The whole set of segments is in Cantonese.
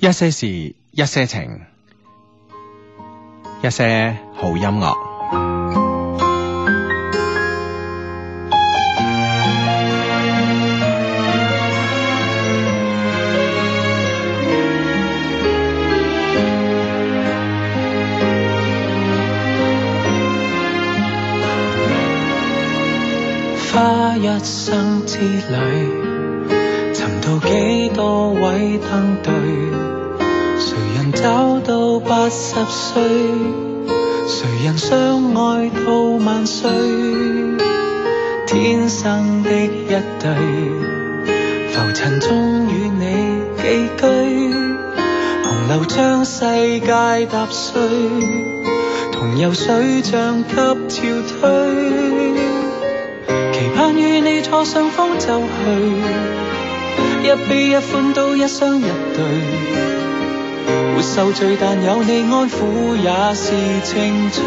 一些事，一些情，一些好音樂。花一生之旅，尋到幾多位登對，誰人走到八十歲，誰人相愛到萬歲，天生的一對，浮塵中與你寄居，洪流將世界踏碎，同游水像給潮退。期盼與你坐上方舟去，一悲一歡都一雙一對。沒受罪，但有你安撫也是情趣。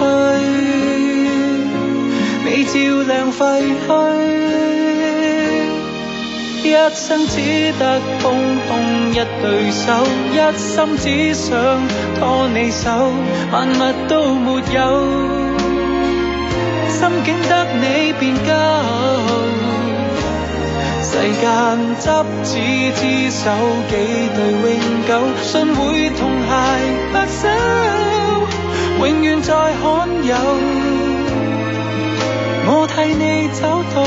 你照亮廢墟。一生只得空空一對手，一心只想拖你手，萬物都沒有。心境得你便夠，世間執子之手幾對永久，信會同偕白首，永遠在罕有。我替你找到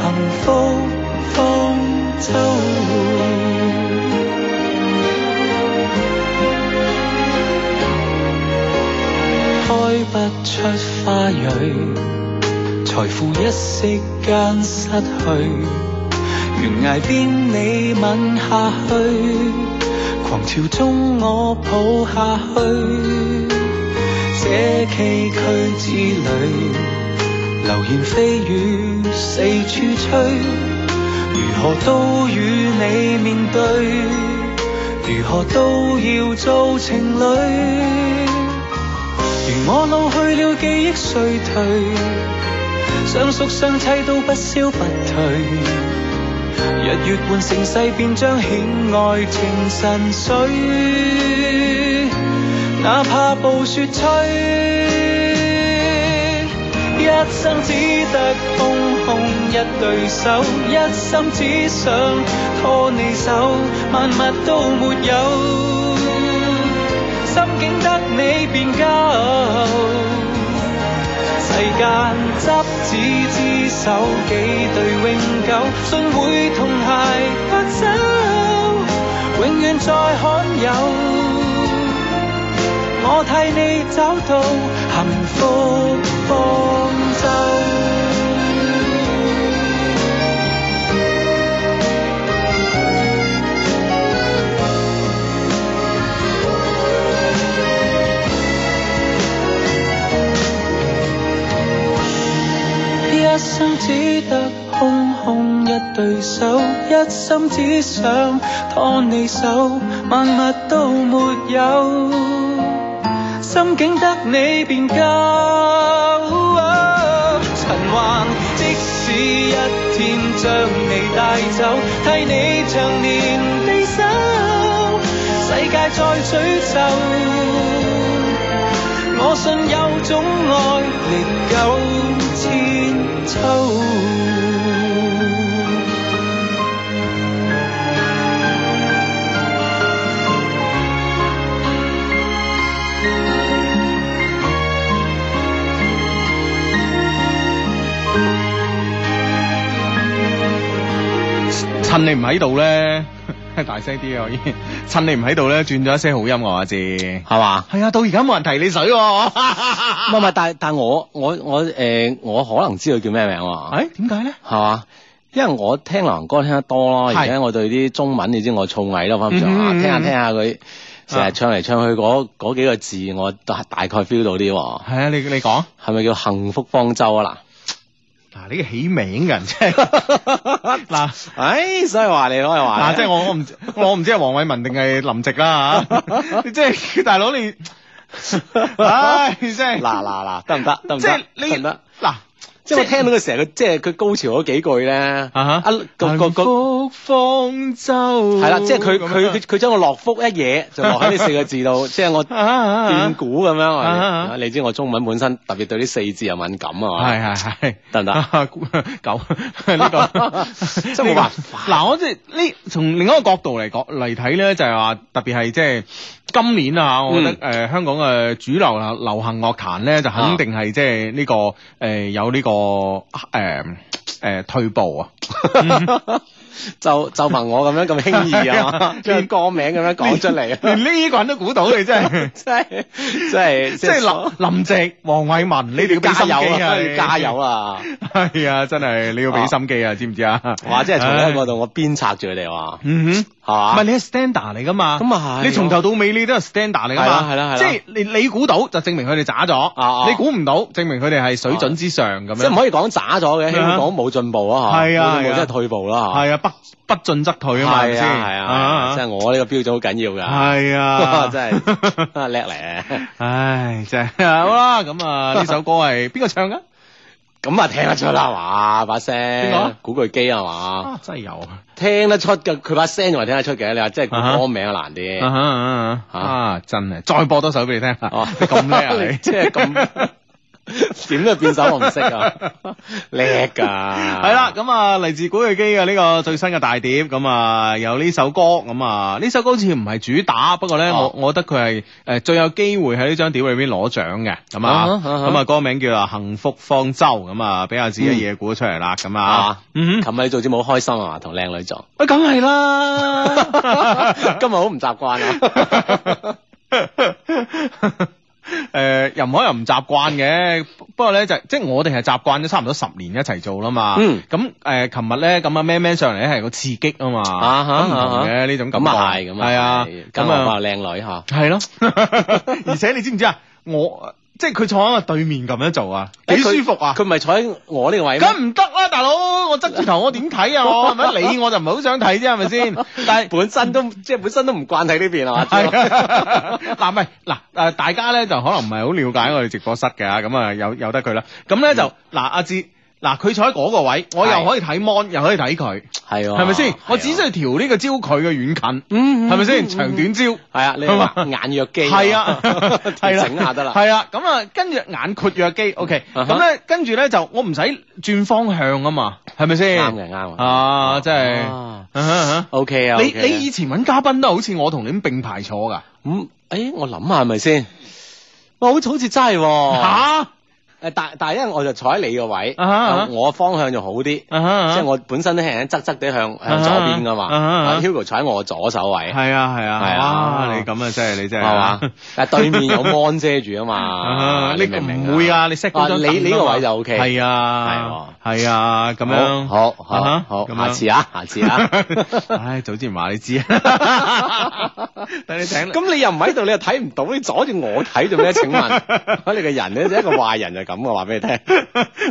幸福方舟。開不出花蕊，財富一息間失去。懸崖邊你吻下去，狂潮中我抱下去。這崎嶇之旅，流言蜚語四處吹，如何都與你面對，如何都要做情侶。如我老去了，記憶衰退，相熟相妻都不消不退。日月換盛世，便彰顯愛情神髓。哪怕暴雪吹，一生只得空空一對手，一心只想拖你手，萬物都沒有。心境得你便夠，世間執子之手幾對永久，信會同偕白首，永遠在罕有。我替你找到幸福方舟。一生只得空空一對手，一心只想拖你手，萬物都沒有，心境得你便啊夠。塵寰即使一天將你帶走，替你長年地守，世界在詛咒。我信有種愛歷久千秋。趁你唔喺度咧， 大聲啲啊！可以趁你唔喺度咧，轉咗一些好音樂啊！知係 係嘛？啊，到而家冇人提你水喎。唔係唔係，但但我我我誒、我可能知道佢叫咩名喎， 誒點解咧？係嘛？因為我聽流行歌聽得多咯，係而家我對啲中文你知我燥藝啦，翻唔上下，嗯嗯嗯啊聽下聽下佢成啊日唱嚟唱去嗰嗰幾個字，我大大概 feel 到啲喎，係啊，你你講係咪叫幸福方舟啊嗱？嗱，你個起名嘅人真係 嗱。唉，所以話你可以啊嗱、話即係我我唔知我唔知係黃偉文定係林夕啦嚇， 你即 係大佬你，唉、真係嗱嗱嗱，得唔得？得唔即係得？你得唔得？嗱，即係我聽到佢成日佢即係佢高潮嗰幾句咧，啊啊個個個福方舟係啦，即係佢咁樣佢佢佢將個落福一嘢就落喺呢四個字 度，即係我啊啊啊斷估咁樣。啊啊啊你知我中文本身特別對呢四字又敏感啊嘛，係係係，得唔得？ 九呢個 真係冇辦法嗱，我即係呢，從另一個角度嚟講嚟睇咧，就係話特別係即係今年啊，我覺得誒、嗯呃香港嘅主流流流行樂壇咧，就啊肯定係即係呢個誒、呃有呢、個誒誒、呃退步 啊。就就憑我咁樣咁輕易啊 嘛，將歌名咁樣講出嚟啊，，連呢個人都估到你真係 真係真係即係林林夕、黃偉文，你哋要俾加心油機啊！啊，你要加油！ 啊！係啊，真係你要俾心機啊，知唔知啊？哇！真係從唉呢個度我鞭策住佢哋話，嗯哼。係唔係嘛？你係 stander 嚟噶嘛？啊咁啊係你從頭到尾你都係 stander 嚟噶係嘛？啦係啦係啦即係你你估到就證明佢哋渣啊咗，啊你估唔到證明佢哋係水準之上咁即係唔樣。可以講渣咗嘅，啊起碼講冇進步啊！嚇係啊冇係進啊步即係退步啦！嚇係啊，不不進則退啊嘛，係咪係先？啊係啊，即係我呢個標準好緊要㗎，，係啊 真係啊叻嚟。 唉，真係好啦。咁啊，呢首歌係邊個唱噶？咁啊聽得出啦係嘛把邊個啊聲，古巨基係嘛，啊，真係有啊聽得出嘅，佢把聲仲係聽得出嘅。你話即係啊哈估歌名啊難啲啊啊啊啊！啊，真係，再播多首俾你聽啊！哦你咁叻啊你！ 即係咁點都變手我唔 識啊，叻㗎。係系啦，，咁啊嚟自古巨基嘅呢個最新嘅大碟，咁啊有呢首歌，咁啊呢首歌好似唔係主打，不過咧、哦我我覺得佢係诶最有機會喺呢張碟裏边攞獎嘅，咁啊啊哈啊哈咁啊歌名叫做《幸福方舟》，咁啊比較自己嘅嘢估出嚟啦，咁啊啊，嗯哼，琴日你做節目好開心啊嘛，同靚女做，喂梗係啦， 今日好唔習慣啊。诶、呃又唔可以又唔習慣嘅，不不過咧就即係我哋係習慣咗差唔多十年一齊做啦嘛。嗯咁诶，誒琴日咧咁啊咩咩上嚟咧係個刺激啊嘛。啊哈咁唔啊同哈嘅呢種感咁覺。啊係，咁啊係啊，咁咁啊話啊靚女嚇。係咯。 而且你知唔知啊？我即係佢坐喺我對面咁樣做啊，幾誒舒佢服啊！佢咪坐喺我呢個位咩？梗唔得啦，大佬，我側住頭我點睇啊？ 我係咪你我就唔係好想睇啫，係咪先？但係本身都即係本身都唔慣喺呢邊啊係嘛，啊， 嗱，唔係嗱，誒，大家咧就可能唔係好了解我哋直播室嘅，咁啊，由由得佢啦。咁咧就嗱，阿志，嗱，佢坐喺嗰個位，我又嗯係哦可以睇 mon，又可以睇佢，係啊嗯喎係咪先？我只需要調呢個焦距嘅遠近，係咪先？長短焦。係啊，你係嘛眼藥肌，係啊 係調啦，整下得啦，係啊，咁啊，跟住眼括約肌，OK，嗯哼咁咧，跟住咧就我唔使轉方向啊嘛，係咪先？啱嘅啱嘅啊，真係啊啊哈，OK 啊哈，你 OK 啊，你以前揾嘉賓都好似我同你咁並排坐㗎，咁誒嗯哎我諗下係咪先？我好好似真係喎，吓？誒但但係因為我就坐喺你個位，啊哈啊哈咁我方向就好啲，即啊係我本身都係人側側地向向左邊噶嘛啊哈啊哈啊，Hugo 坐喺我左手位，係啊係啊，係啊哇！你咁啊真係你真係係嘛？ 但係對面有 mon 遮住啊啊嘛，你明唔明唔會啊，你 set 高啊張你凳呢㗎個嘛位就 OK，係啊，係啊，咁樣好啊哈好好，咁下樣次啊，下次啊。 唉，早之前話你知，啊 等你請咁你又唔喺度，你又睇唔到，你阻住我睇做咩？請 問，啊你個人咧就一個壞人就咁，我話俾你聽，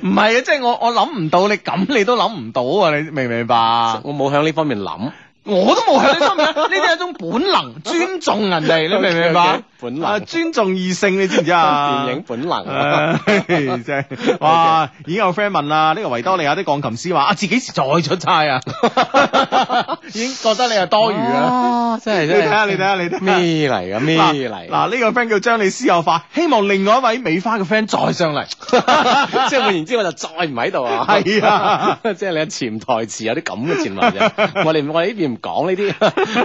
唔係啊，即係我我諗唔到你咁，你都諗唔到啊！你明唔明白？我冇向呢方面諗，我都冇向 呢方面，呢啲係一種本能，尊重人 哋，你明唔明白 OK，OK，？本啊能尊重異性，你知唔知啊？電影本能，唉真係 哇！已經有 friend 問啦，呢個維多利亞啲鋼琴師話：啊，自己時再出差 啊，已經覺得你係多餘啊！啊，真係你真係，睇下，你睇下，你睇下咩嚟啊噶？咩嗱嚟？嗱，呢個 friend 叫將你私有化，希望另外一位美花嘅 friend 再上嚟。即係換言之，我就再唔喺度啊！係啊， 即係你嘅潛台詞有啲咁嘅潛文啫。 我哋我哋呢邊唔講呢啲，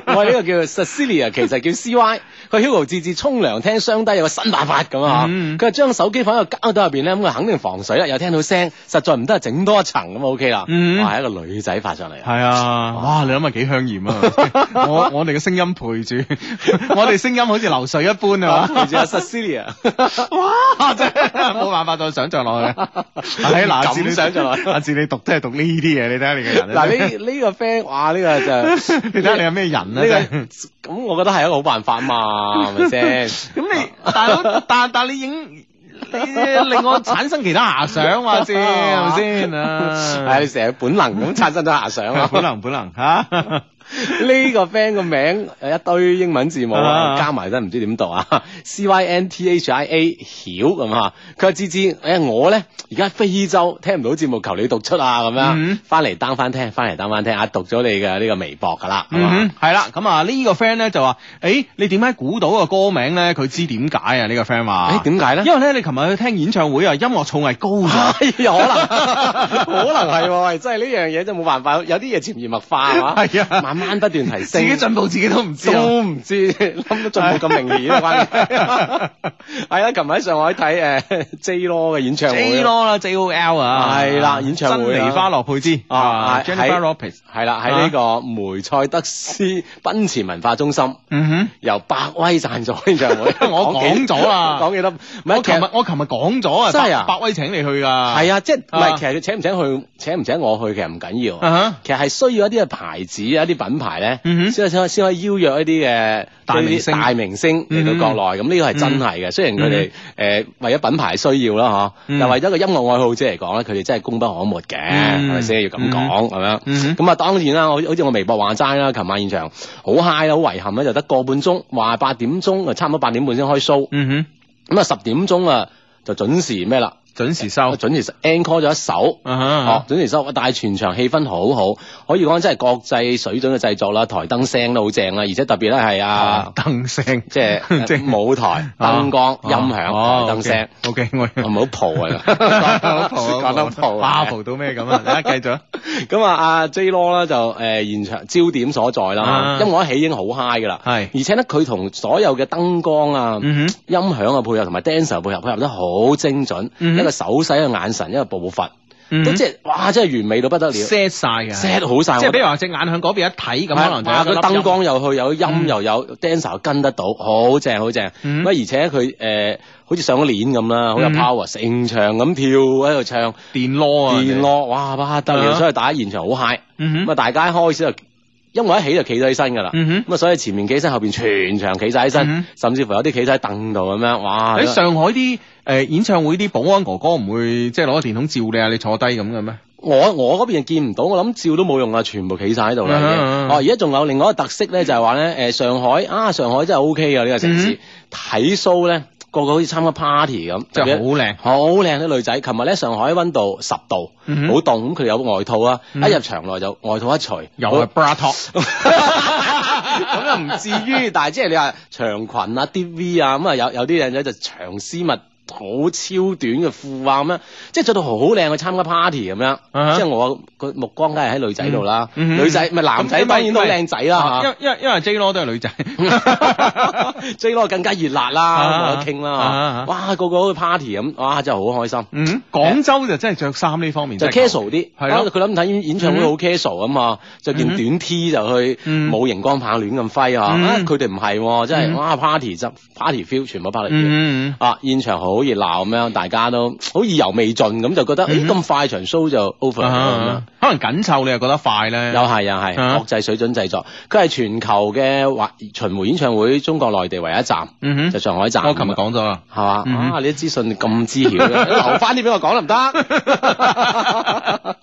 我哋呢個叫 Cecilia，其實叫 C Y。佢 Hugo 自自沖涼聽雙低有個新辦法咁啊！嗯佢就將手機放喺個膠袋入邊咧，咁佢肯定防水啦，又聽到聲，實在唔得就整多一層咁啊 OK 啦。嗯哇，係一個女仔發上嚟啊，係啊，哇！你諗下幾香豔啊！ 我我哋嘅聲音陪住， 我哋聲音好似流水一般啊！ 陪住阿 Cecilia，哇！真係冇辦法再想像落去。 係嗱，阿志咁你想像落 去阿志你讀都係讀呢啲嘢，你睇下你嘅人。嗱 呢呢個 friend，哇呢個就〜你睇下你係咩人呢、啊？真係個咁，我覺得係一個好辦法嘛，係咪先？咁你大佬，但但你影你令我產生其他遐想嘛先，係咪先係 啊？ 你成日本能咁產生咗遐想啊！嗯本能本能嚇。呢個 friend 個名呃有一堆英文字母啊，啊加埋真唔知點讀啊，C Y N T H I A 曉咁啊，佢話芝芝，誒我咧而家喺非洲聽唔到節目，求你讀出啊咁樣嗯，翻嚟 down 翻聽，翻嚟 down 翻聽啊，讀咗你嘅呢個微博噶啦，係嗯嘛哼，係啦，咁啊呢個 friend 咧就話，誒你點解估到個歌名咧？佢知點解啊？呢個 friend 話誒，哎點解咧？ 因為咧你琴日去聽演唱會啊，音樂造詣高咗。有可能， 可能係喎，喂，真係呢樣嘢真係冇辦法，有啲嘢潛移默化係嘛，係啊慢慢不斷提自升，己進步自己都唔知啊。都唔知，諗到進步咁明顯啊！關 鍵係啦，琴日喺上海睇誒 J 咯嘅演唱會 J 啊，咯啦，J O L 啊，係啦演唱會啊珍妮花洛佩茲啊啊係，Jennifer Lopez，係啦，喺呢個梅賽德斯奔馳文化中心。嗯由百威贊助 演唱會，我講咗啦講幾多？唔哼，我係，其琴日實我琴日講咗啊，真係啊百威請你去噶，係啊，即係唔係？啊其實請唔請佢，請唔請我去，其實唔緊要。啊哈，其實係需要一啲嘅牌子、一啲品牌咧，嗯哼先先可以先可以邀約一啲嘅大明星呢啲大明星嚟嗯到哼國內，咁呢個係真係嘅。雖然佢哋誒為咗品牌需要啦，嗬，嗯但為咗個音樂愛好者嚟講咧，佢哋真係功不可沒嘅，係嗯咪先？要咁講係咪啊？嗯哼咁啊，當然啦，我好似我微博話齋啦，琴晚現場好 high 啦，好遺憾咧，就得個半鐘，話八點鐘啊，差唔多八點半先開 show，嗯咁啊十點鐘啊就準時咩啦，哼，準時收，準時 encore 咗一首。啊哈哦，，準時收，但係全場氣氛好好，可以講真係國際水準嘅製作啦，台燈聲都好正啦，而且特別咧係啊，燈聲，即係即即係啊舞台燈哦光、音響、台燈聲， O K，我我唔好蒲啊， 哦啊 講得蒲哇，蒲到咩咁啊？大家繼續啊，咁啊，阿 J 咯啦就誒現場焦點所在啦啊，音樂一起已經好 high 噶啦，係而且咧佢同所有嘅燈光啊。嗯哼，音響嘅配合同埋 dancer 配合配合得好精準，嗯一個手勢、一個眼神、一個步伐，嗯都哼即係哇，真係完美到不得了 set 晒嘅 set 好晒我即係比如話隻眼向嗰邊一睇咁，可能啊就有佢一個燈粒光又去，有音嗯又有 dancer 跟得到，好正好正。嗯咁而且佢誒好似上咗鏈咁啦，好有嗯 power，成場咁跳喺度唱音電囉啊，電，咯，哇不得了！啊所以大家現場好 high，嗯咁啊哼，大家一開始就音樂一起就企咗起身㗎啦。嗯哼。咁啊，所以前面企起身，後邊全場企晒起身嗯，甚至乎有啲企晒喺凳度咁樣，哇！喺上海啲誒、呃演唱會啲保安哥哥唔會即係攞個電筒照你啊，你坐低咁嘅咩？我我嗰邊見唔到，我諗照都冇用啊，全部企晒喺度啦已經。嗯嗯嗯哦，而家仲有另外一個特色咧，就係話咧，誒上海啊，上海真係 O K 嘅呢個城嗯市，睇 show 咧個個好似參加 party 咁，真係特別好靚。好靚啲女仔。琴日咧上海温度十度，好嗯哼凍，咁佢有外套啊，嗯啊一入場內就外套一除，又好啊係 bra top， 咁又唔至於，但係即係你話長裙啊、啲 V 啊，咁啊有有啲靚仔就長絲襪。好超短嘅褲啊咁樣，即係着到好靚去參加 party 咁樣啊哈即係我個目光梗係喺女仔度啦，嗯嗯女仔咪男仔咁當然都靚仔啦啊因為因為因為 J 羅都係女 仔，嚇，追咯更加熱辣啦，冇啊得傾啊啦啊，哇個個去 party 咁，哇真係好開心，嗯，廣州就真係着衫呢方面就真係 casual 啲，係啊咯佢諗睇演唱會好 casual 啊嘛，着件嗯短 T 就去嗯冇熒光棒亂咁揮啊，嗯啊佢哋唔係喎，真嗯係哇 party 就 party feel 全部 party 嗯 feel。嗯啊！現場好熱鬧咁樣，大家都好意猶未盡咁，就覺得咦嗯咁、快場 show 就 over 嗯，啦啊可能緊湊你又覺得快咧，咁樣。又係又係啊國際水準製作，佢係全球嘅華巡迴演唱會中國內地唯一站，嗯就哼，上海站。我琴日講咗啦，係嘛？嗯啊！你啲資訊咁知曉嘅，你留翻啲俾我講得唔 得？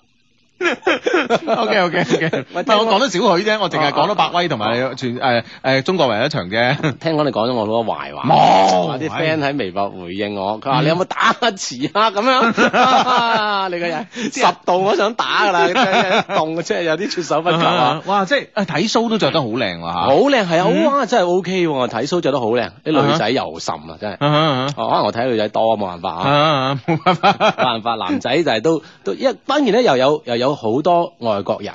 O K O K O K，喂我聽我哦講得少許啫，我淨係講到百威同埋全誒誒中國唯一一場啫。聽講你講咗我好多壞話，冇有啲 friend 啊喺微博回應我，佢話你有冇打乞嗤啊？咁 樣，啊你個人十度我想打噶啦， 真係凍，即係有啲措手不及啊！啊哇！即係啊睇 show 都着得好靚喎好嚇。靚係啊，哇！真係 O K 喎，睇 show 着得好靚，啲女仔又甚啊，真係。啊啊哦，可能我睇女仔多，冇辦法啊，啊，冇辦冇法。辦法。男仔就係都都一，當然咧又有又有好多外國人，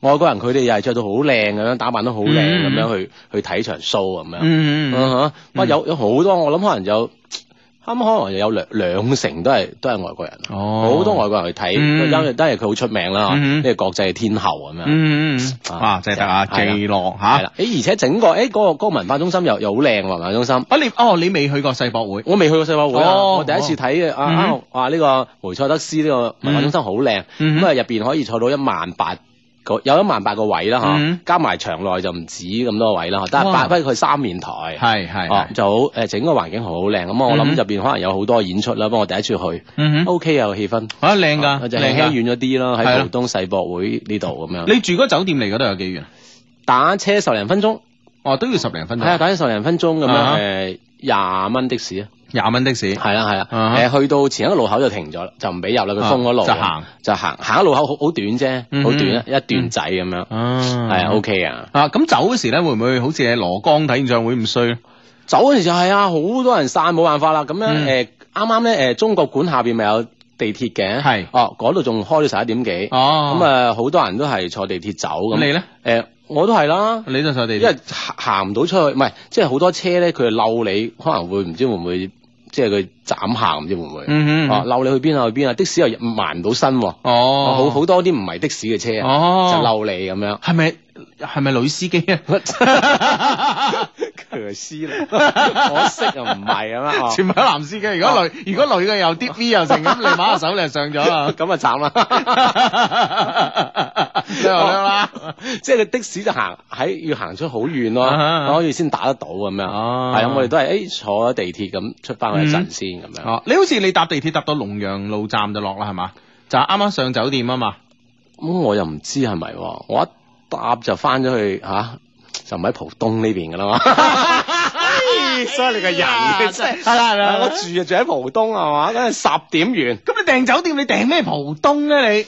外國人佢哋又係着到好靚咁樣，打扮得好靚咁嗯樣去去睇場 show 咁樣。嗯 嗯哼，哇有有好多，我諗可能有，啱啱可能有兩兩成都係都係外國人，啊哦，好多外國人去睇，嗯因為都係佢好出名啦，嗯呢個國際天后咁樣。嗯。嗯嗯，哇！真係得啊係啦，J 浪嚇。係啦，誒而且整個誒嗰個嗰個文化中心又又好靚喎，文化中心。啊你哦你未去過世博會？我未去過世博會啊，哦我第一次睇嘅啊嗯啊哇！呢個梅賽德斯呢個文化中心好靚，嗯咁啊入邊可以坐到一萬八個，有一萬八個位啦嚇嗯，加埋場內就唔止咁多位啦嚇，但係哇八佢三面台。係係哦，係。就好誒，整個環境好靚咁啊！我諗嗯入邊可能有好多演出啦，不過我第一次去嗯哼， ，O K 啊個氣氛，啊靚㗎，就輕靚輕㗎。遠咗啲啦，係啊喺啦浦東世博會呢度咁樣。你住嗰酒店嚟嗰度有幾遠？打車十零分鐘，哦都要十零分係啊，鐘，打車十零分鐘咁啊樣哈誒廿蚊的士啊，廿蚊的士，係啦係啦，啊哈誒去到前一個路口就停咗啦，就唔俾入啦，佢封咗路，啊就行就行行一路口好好短啫，嗯好哼短啊一段仔咁樣，啊係啊 OK 啊。啊咁走嗰時咧，會唔會好似喺羅江睇演唱會咁衰咧？走嗰陣時係啊，好多人散，冇辦法啦。咁樣嗯誒，啱啱咧誒，中國館下邊咪有地鐵嘅，係哦，嗰度仲開到十一點幾，哦咁啊，好多人都係坐地鐵走咁咁。你咧？誒，我都係啦，你就坐地因鐵為行行唔到出去，唔係即係好多車咧，佢嬲你，可能會唔知會唔會，即係佢斬下，唔知會唔會，嗯哦，嬲你去邊啊去邊啊，的士又埋唔到身喎，哦，好好多啲唔係的士嘅車啊，就哦，嬲你咁樣。係咪係咪女司機 啊？可惜啦，可惜啊，唔係咁樣哦 全部都男司機，如果女如果女嘅又 d V 又成咁，你馬下手你就上咗 啦，咁啊慘啦！你話咩啦？即係佢的士就行喺要行出好遠啊哈啊咯，哈可以先打得到咁樣。哦係啊，我哋都係誒坐地鐵咁出翻去一陣先咁樣。哦，你好似你搭地鐵搭到龍陽路站就落啦，係嘛？就係啱啱上酒店啊嘛，咁我又唔知係咪喎，我一搭就翻咗去嚇，就唔喺浦東呢邊噶啦嘛。哎所以你個人真係係啊啦係啦， 我住就住喺浦東係嘛，嗰陣十點完，咁你訂酒店你訂咩浦東咧你？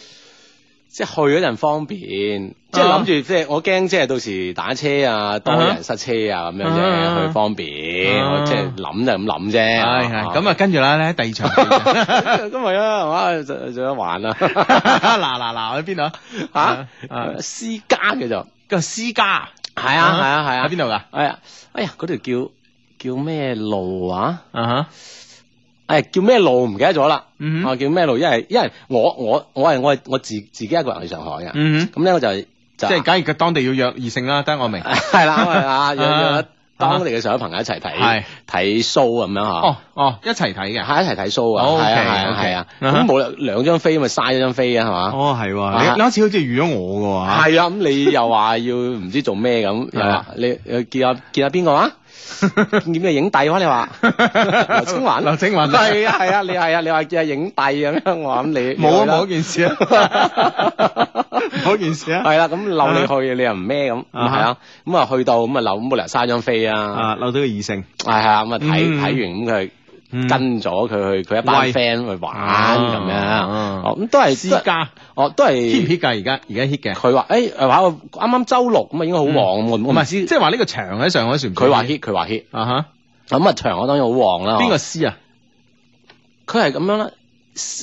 即係去嗰陣方便，即係啊諗住即係我驚即係到時打車啊，多人塞車啊咁樣啊啫，去方便，啊我即係諗就咁諗啫。係係，咁啊跟住啦咧，第二場 咁咪啊，係嘛，就就一玩啦 嗱嗱嗱喺邊度啊嚇啊，私家嘅就係個私家啊係啊係啊，喺邊度㗎？哎呀哎呀，嗰條叫叫咩路啊？啊哈，哎呀，叫咩路唔記得咗啦。嗯哼啊，叫咩路？因為因為我我我係我係我自自己一個人去上海嘅。嗯咁咧我就係就哼，即係假如佢當地要約異性啦，得我明。 係啦，咁啊 約啊約當地嘅上海朋友一齊睇係睇 show 咁樣嚇。哦哦，一齊睇嘅。係一齊睇 show 啊，哦係啊係 OK，OK 啊係啊，啊哈咁冇兩張飛咪嘥咗張飛啊，係嘛？哦，係喎，啊你你好似好似預咗我㗎喎。係啊，咁你又話要唔知做咩咁，又係話 啊你又見下見下邊個啊？見邊個影帝啊？你話劉青雲？ 劉青雲係啊係啊，你係啊，你話見下影帝咁樣，我話咁你冇啊你去啦冇一件事 啊， 冇一件事啊。係啦，咁留你去，你又唔咩咁，咁啊哈係啊，咁啊去到咁啊留咁冇理由嘥張飛啊，啊，漏到個異性，係啊，咁啊睇嗯睇完咁 Ừ. 佢跟咗佢去佢一班喂 friend 去玩 À. 咁樣，啊哦咁都係私家哦都 hit 唔 hit 係㗎？而家而家 hit 嘅，佢話誒誒話我啱啱周六咁啊應該好旺，我唔我唔係知即係話呢個場喺上海算唔算佢話 hit 佢話 hit。哦啊哈？咁啊，場我當然好旺啦。邊個 C 啊？佢係咁樣啦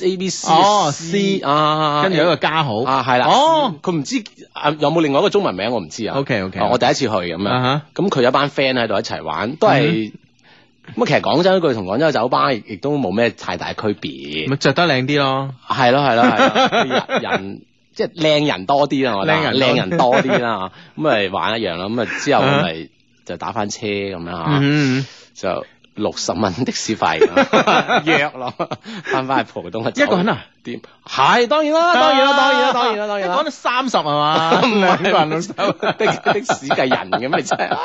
，A、B、C 哦 C à, C，啊，跟住有一個加號啊，係啦。哦佢唔知啊有冇另外一個中文名，我唔知啊。 OK OK，啊我第一次去咁啊嗯樣，哈咁佢有班 friend 喺度一齊玩，都係咁啊。其實廣州一句同廣州酒吧亦亦都冇咩太大區別咪。着得靚啲咯。係咯係咯係咯， 人人。即係靚人多啲啦，我覺得靚人多靚人多啲 啦，咁咪玩一樣啦。咁啊之後啊咪就打翻車咁樣嚇。嗯嗯就六十蚊的士費 約咯， 翻翻去浦東一個人啊？點？係當然啦，啊當然啦，當然啦，當然啦，當然講啦。到三十係嘛？唔係個啊人老哎手。 的的士計人嘅咩真係？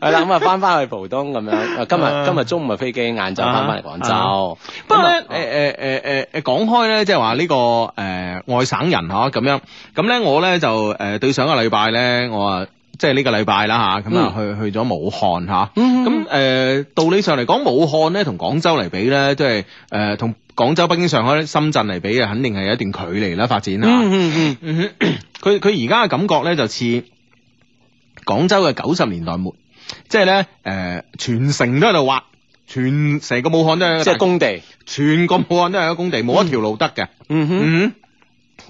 係啦，咁啊翻翻去浦東咁樣。啊今啊日今日中午嘅飛機，晏晝翻翻嚟廣州。不過咧咁，啊誒誒誒誒誒，講開咧，即係話呢個誒、呃外省人嗬咁樣，咁咧我咧就誒、呃、對上個禮拜咧，我啊即係呢個禮拜啦吓，咁啊去、去咗武漢吓，嗯咁誒、呃道理上嚟講，武漢咧同廣州嚟比咧，即係誒同廣州、北京、上海、深圳嚟比啊，肯定係有一段距離啦發展啊。嗯嗯嗯哼，佢佢而家嘅感覺咧就似廣州嘅九十年代末，即係咧誒全城都喺度挖，全成個武漢都喺嗯，度即大係工地。全個武漢都係一個工地，冇一條路得嘅。嗯哼，嗯，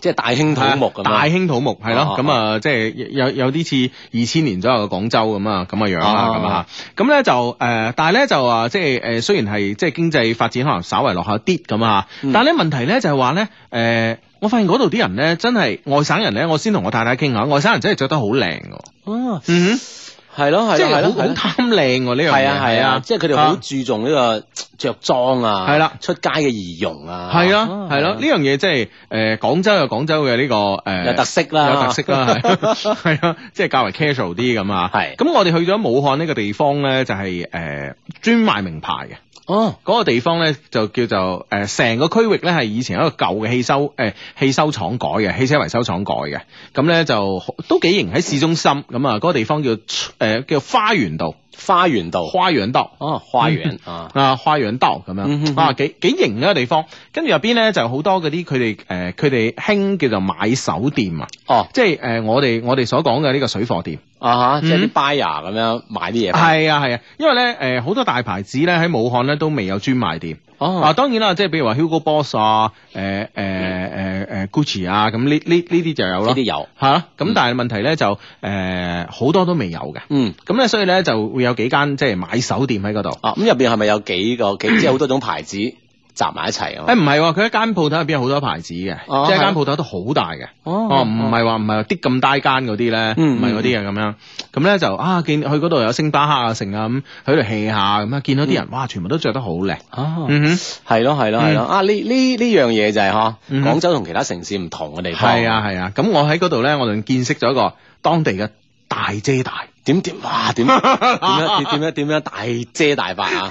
即係大興土木咁樣。大興土木係啊咯，咁啊，即係有有啲似二千年左右嘅廣州咁啊，咁嘅樣啦，咁啊，咁咧就誒，但係咧就話即係誒，雖然係即係經濟發展可能稍為落後啲咁啊，嗯但係咧問題咧就係話咧誒。我發現嗰度啲人咧，真係外省人咧，我先同我太太傾下，外省人真係着得好靚㗎，啊，嗯，係咯係即係咯係咯好係好咯。貪靚喎呢樣嘢，係啊係啊，即係佢哋好注重呢個着裝啊，係啦出街嘅儀容啊，係咯係咯，呢樣嘢即係誒廣州有廣州嘅呢個呃誒啊有特色啦，有特色 啦，係係啊，即係較為 casual 啲咁啊。係咁我哋去咗武漢呢個地方咧，就係誒專賣名牌嘅，哦，嗰個地方咧就叫做誒成、個區域咧係以前一個舊嘅汽修誒、呃汽修廠改嘅，汽車維修廠改嘅。咁咧就好都幾型喺市中心。咁啊，嗰個地方叫誒、呃叫花園道，花園道，花園道。哦，花園啊，啊花園道咁樣、嗯哼哼啊幾幾型嘅一個地方，跟住入邊咧就有好多嗰啲佢哋誒佢哋興叫做買手店啊，哦，即係誒、呃我哋我哋所講嘅呢個水貨店。啊哈，即係啲嗯 buyer 咁樣買啲嘢翻嚟，係啊係啊，因為咧誒好多大牌子咧喺武漢咧都未有專賣店。啊，哦，當然啦，即係譬如話 Hugo Boss 啊，誒誒誒誒 Gucci 啊，咁呢呢呢啲就有呢咯啲，有，係啦。咁嗯但係問題咧就呃誒好、多都未有嘅，嗯，咁咧所以咧就會有幾間即係買手店喺嗰度。啊，咁入邊係咪有幾個 幾即係好多種牌子集埋一齊啊？誒唔係喎，佢一間鋪頭入邊有好多牌子嘅，哦即係一係間鋪頭都好大嘅。哦哦，唔係話唔係話啲咁大間嗰啲咧，嗯唔係嗰啲啊咁樣。咁咧就啊，見去嗰度有星巴克啊，成啊咁，喺度 hea 下咁啊，見到啲人哇，全部都着得好靚。嗯哦，嗯哼。係咯係咯係咯，啊呢呢呢樣嘢就係嗬，嗯廣州同其他城市唔同嘅地方，係，啊係啊，咁我喺嗰度咧，我就見識咗一個當地嘅大姐 大，點點哇 點點樣點樣點樣大遮大法啊！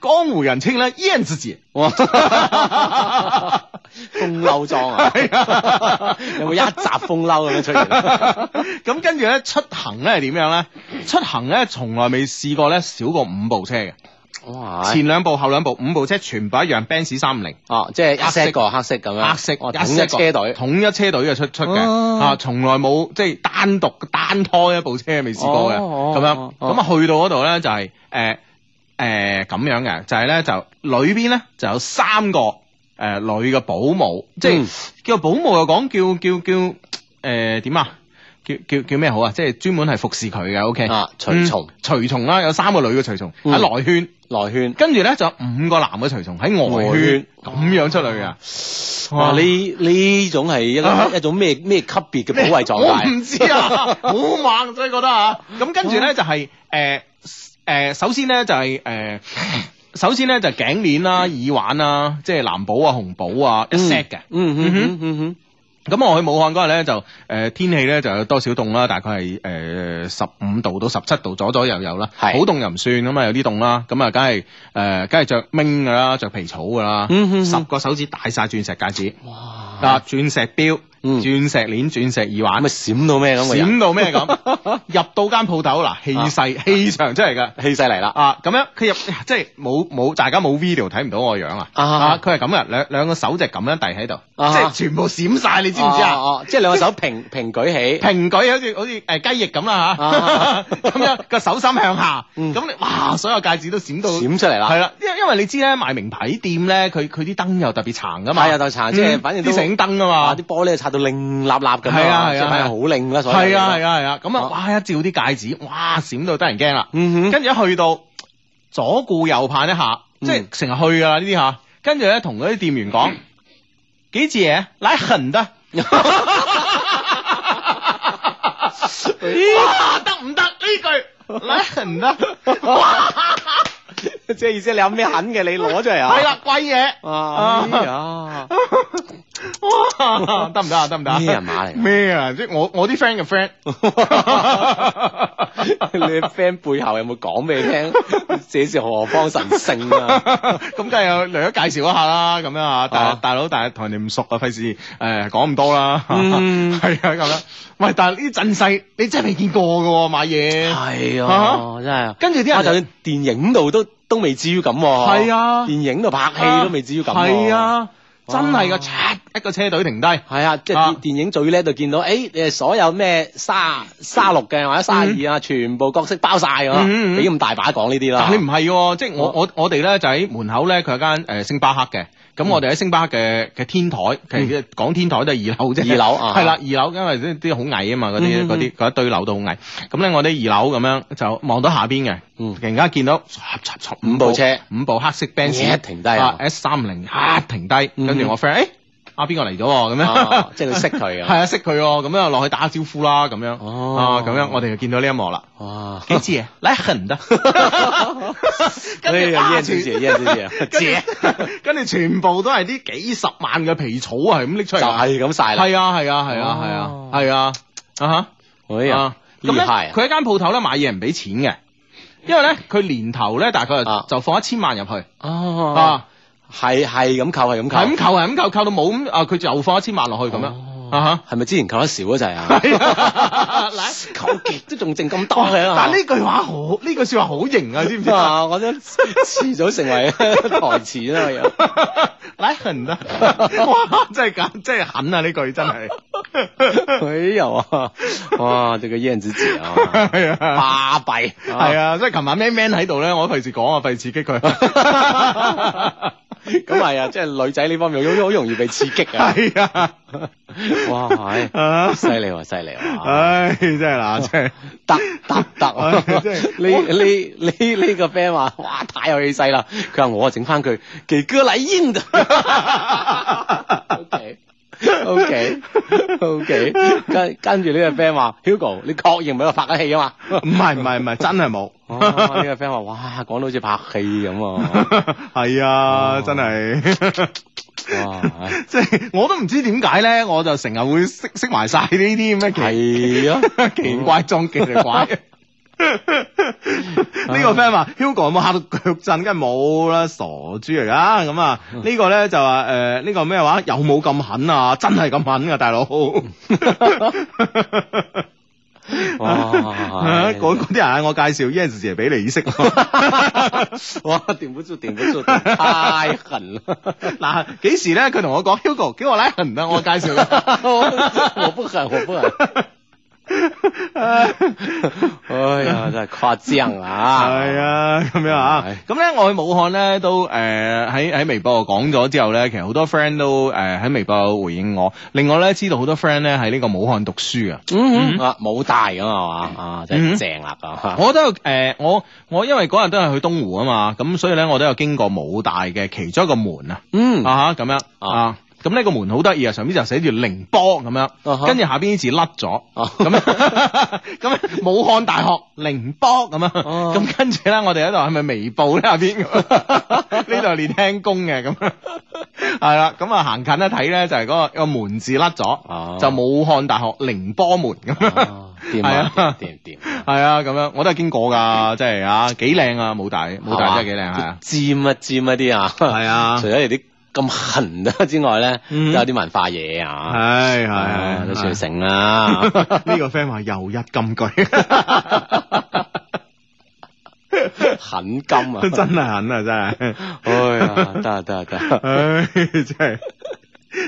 江湖人稱咧燕子姐。哇！風褸裝 啊，啊 有冇一集風褸咁樣出現啊？ 咁跟住咧出行咧係點樣咧？出行咧從來未試過咧少過五部車嘅，哇！前兩部後兩部五部車全部一樣，Benz 三零。哦，即係一色一個黑色咁樣，黑色哦，一統色一車隊。統一車隊嘅出出嘅哦啊，從來冇即係單獨單拖一部車未試過嘅哦哦咁樣。哦哦咁啊去到嗰度咧就係誒誒咁樣嘅，就係咧就裏邊咧就有三個誒女嘅保姆，即嗯係叫保姆又講叫叫叫誒點啊？叫叫叫咩好啊？即係專門係服侍佢嘅，OK 啊隨從嗯隨從啦，有三個女嘅隨從嗯喺內圈，內圈。跟住咧就有五個男嘅隨從喺外外圈圈，咁樣出嚟嘅。哇！呢呢種係一啊 個一種咩咩級別嘅保衞狀我態唔知啊， 好猛，所以覺得啊，咁跟住咧就係誒誒，呃首先咧就係、 誒。首先咧就頸鏈啦、耳環啦，即係藍寶啊、紅寶啊一 set 嘅。嗯嗯嗯哼哼嗯咁我去武漢嗰日咧就誒、呃天氣咧就有多少凍啦，大概係誒十五度到十七度左左右右啦。係好凍又唔算咁啊，有啲凍啦。咁啊，梗係誒，梗係着冰噶啦，着皮草噶啦。嗯哼十個手指戴晒鑽石戒指，哼，哇！啊鑽石錶、嗯鑽石鏈、鑽石耳環咁咪。閃到咩咁嘅人，啊閃到咩咁？ 入到間鋪頭嗱，氣勢氣場出嚟噶。氣勢嚟啦！啊，咁樣佢入 即係冇冇，大家冇 video 睇唔到我樣啊！啊啊，佢係咁嘅，兩兩個手就咁樣遞喺度，即啊係全部閃晒，你知唔知啊？哦，哦即係兩個手 平平舉起，平舉好似好似誒雞翼咁啦啊嚇， 咁樣個手心向下，嗯咁你哇所有戒指都閃到，閃出嚟啦！係啦，因因為你知咧賣名牌店咧，佢佢啲燈又特別殘噶嘛，買入頭啊茶，即係嗯反正都啲醒燈啊嘛啊！啲。玻璃擦到令立立咁係啊係啊即係反係啊正好令啦，所以係啊係啊係啊，咁啊啊哇一照啲戒指，哇閃到得人驚啦！嗯哼，跟住一去到左顧右盼一下，即嗯係成日去噶啦呢啲吓。跟住咧同嗰啲店員講幾字嘢，奶痕 得。哇，得唔得呢句？奶痕得， 即係意思你有咩狠嘅，你攞出嚟啊！係啦，貴嘢。啊，哎呀！哇，得唔得啊？得唔得啊？咩人馬嚟㗎咩啊？即係我我啲 friend 嘅 friend。 你 friend 背後有冇講俾你聽？ 這是何方神聖啊！咁梗係有略咗介紹一下啦，咁樣啊，大啊大佬，但係同人哋唔熟啊，費事誒講咁多啦， 係嗯啊咁樣。喂，但係呢啲陣勢你真係未見過嘅喎，買嘢。係啊啊，真係。跟住啲啊，就哦人算電影度都都未至於咁喎。係啊電影度拍戲都未至於咁。係。啊，真哇係嘅，嚓一個車隊停低。係啊，即係啊電電影最叻就見到，誒，你哋所有咩沙沙六嘅或者沙二啊，全部角色包晒㗎嘛嗯嗯嗯，俾咁大把講呢啲啦但。你唔係喎，即係我我我哋咧就喺門口咧，佢有間誒星巴克嘅。咁我哋喺星巴克嘅嘅天台，其實講天台都係二樓啫。嗯二樓啊係啦，二樓因為啲啲好矮啊嘛，嗰啲嗯嗯嗰啲嗰一堆樓都好矮。咁咧，我哋二樓咁樣就望到下邊嘅，嗯突然間見到五部車，五部黑色 Benz 一停低啊 S 三零一停低，嗯跟住我 friend 誒啊邊個嚟咗喎咁樣啊，， 即係佢識佢 係啊。啊識佢喎，咁樣落去打招呼啦，咁樣啊哦咁樣，我哋就見到呢一幕啦。哇！幾次啊？嚟狠 得，哎跟住呀，哇燕子姐，燕子姐，姐跟住跟住全部都係啲幾十萬嘅皮草啊，係咁拎出 就嚟㗎，係咁晒啦。係啊係啊係啊係啊哦係啊啊哈哎呀啊！咁呢咧，排啊佢喺間鋪頭咧買嘢唔俾錢嘅，因為咧佢年頭咧大概就啊就放一千萬入去哦，啊，係係咁扣，係咁係咁扣，扣係咁扣，扣到冇咁啊，佢就放一千萬落去咁樣哦 啊係咪之前扣得少嗰陣哈啊？ 係啊， 嗱扣極都仲剩咁多嘅啦。 但呢句話好，呢句説話好型啊，知唔知 啊？啊，我都遲早成為 台詞啦，又嚟狠啊！ 哇，真係簡真係狠啊！呢句真 係哎呦啊，哇，這個燕子姐啊， 係啊。巴閉，系，啊，所以琴晚 Man Man 喺度咧，我都費事講啊，費事刺激 佢。咁係啊，即係女仔呢方面好好容易被刺激啊，係啊，哇，係，啊犀利喎，犀利喎，啊唉，真係嗱，真係得得 得啊，呢哎唉真呢呢呢個 friend 話，哇，太有氣勢啦，佢話我整翻句給哥嚟煙的 ，OK。O K O K，跟跟住呢個 friend 話，Hugo，你確認唔係我拍緊戲啊嘛？唔係唔係唔係，真係冇。 哦，呢個 friend 話：，哇，講到好似拍戲咁啊！係啊，真係， 哇，啊即係我都唔知點解咧，我就成日會識識埋晒呢啲咩奇係啊，奇怪裝奇怪。 呢個 friend 話 Hugo 有冇嚇到腳震？梗係冇啦，傻豬嚟噶。咁啊，呢個咧就話誒呢個咩話有冇咁狠啊？真係咁狠噶，大佬。哇哎啊嗰嗰啲人嗌我介紹 Yes 姐俾你識， 哇，頂不住，頂不住，太狠嗱啦！幾時咧？佢同我講 Hugo，叫我拉痕啊，我介紹 嘅。我不狠，我不狠。哎呀，真係誇張啊！係，啊，咁樣啊係，咁咧我去武漢咧都誒喺喺微博講咗之後咧，其實好多 friend 都誒喺、微博回應我。另外咧，知道好多 friend 咧喺呢個武漢讀書啊。嗯啊，冇大咁啊嘛，啊，真係正啦咁。我都有誒、我我因為嗰日都係去東湖啊嘛，咁所以咧我都有經過武大嘅其中一個門啊，嗯啊嚇咁樣啊，咁呢個門好得意啊，上面就寫住寧波咁樣，啊哈跟住下邊啲字甩咗，哦咁樣咁 樣武漢大學寧波咁樣，啊哦咁跟住咧我哋喺度係咪微步咧下邊 咁樣？呢度練輕功嘅咁樣，係啦，咁啊行近一睇咧就係嗰個個門字甩哦咗，就武漢大學寧波門咁樣。啊掂係啊啊，掂掂掂。系啊，咁樣我都係經過㗎，真係啊，幾靚啊，武大，武大真係幾靚，係啊，係嘛尖一尖一啲啊，係啊除咗你啲咁痕啊之外咧，都嗯有啲文化嘢啊，係啊係都算成啦。呢個 friend 話又一金 句，狠金啊！真係狠啊，真係，哎呀，得啊得啊得 啊，唉，真係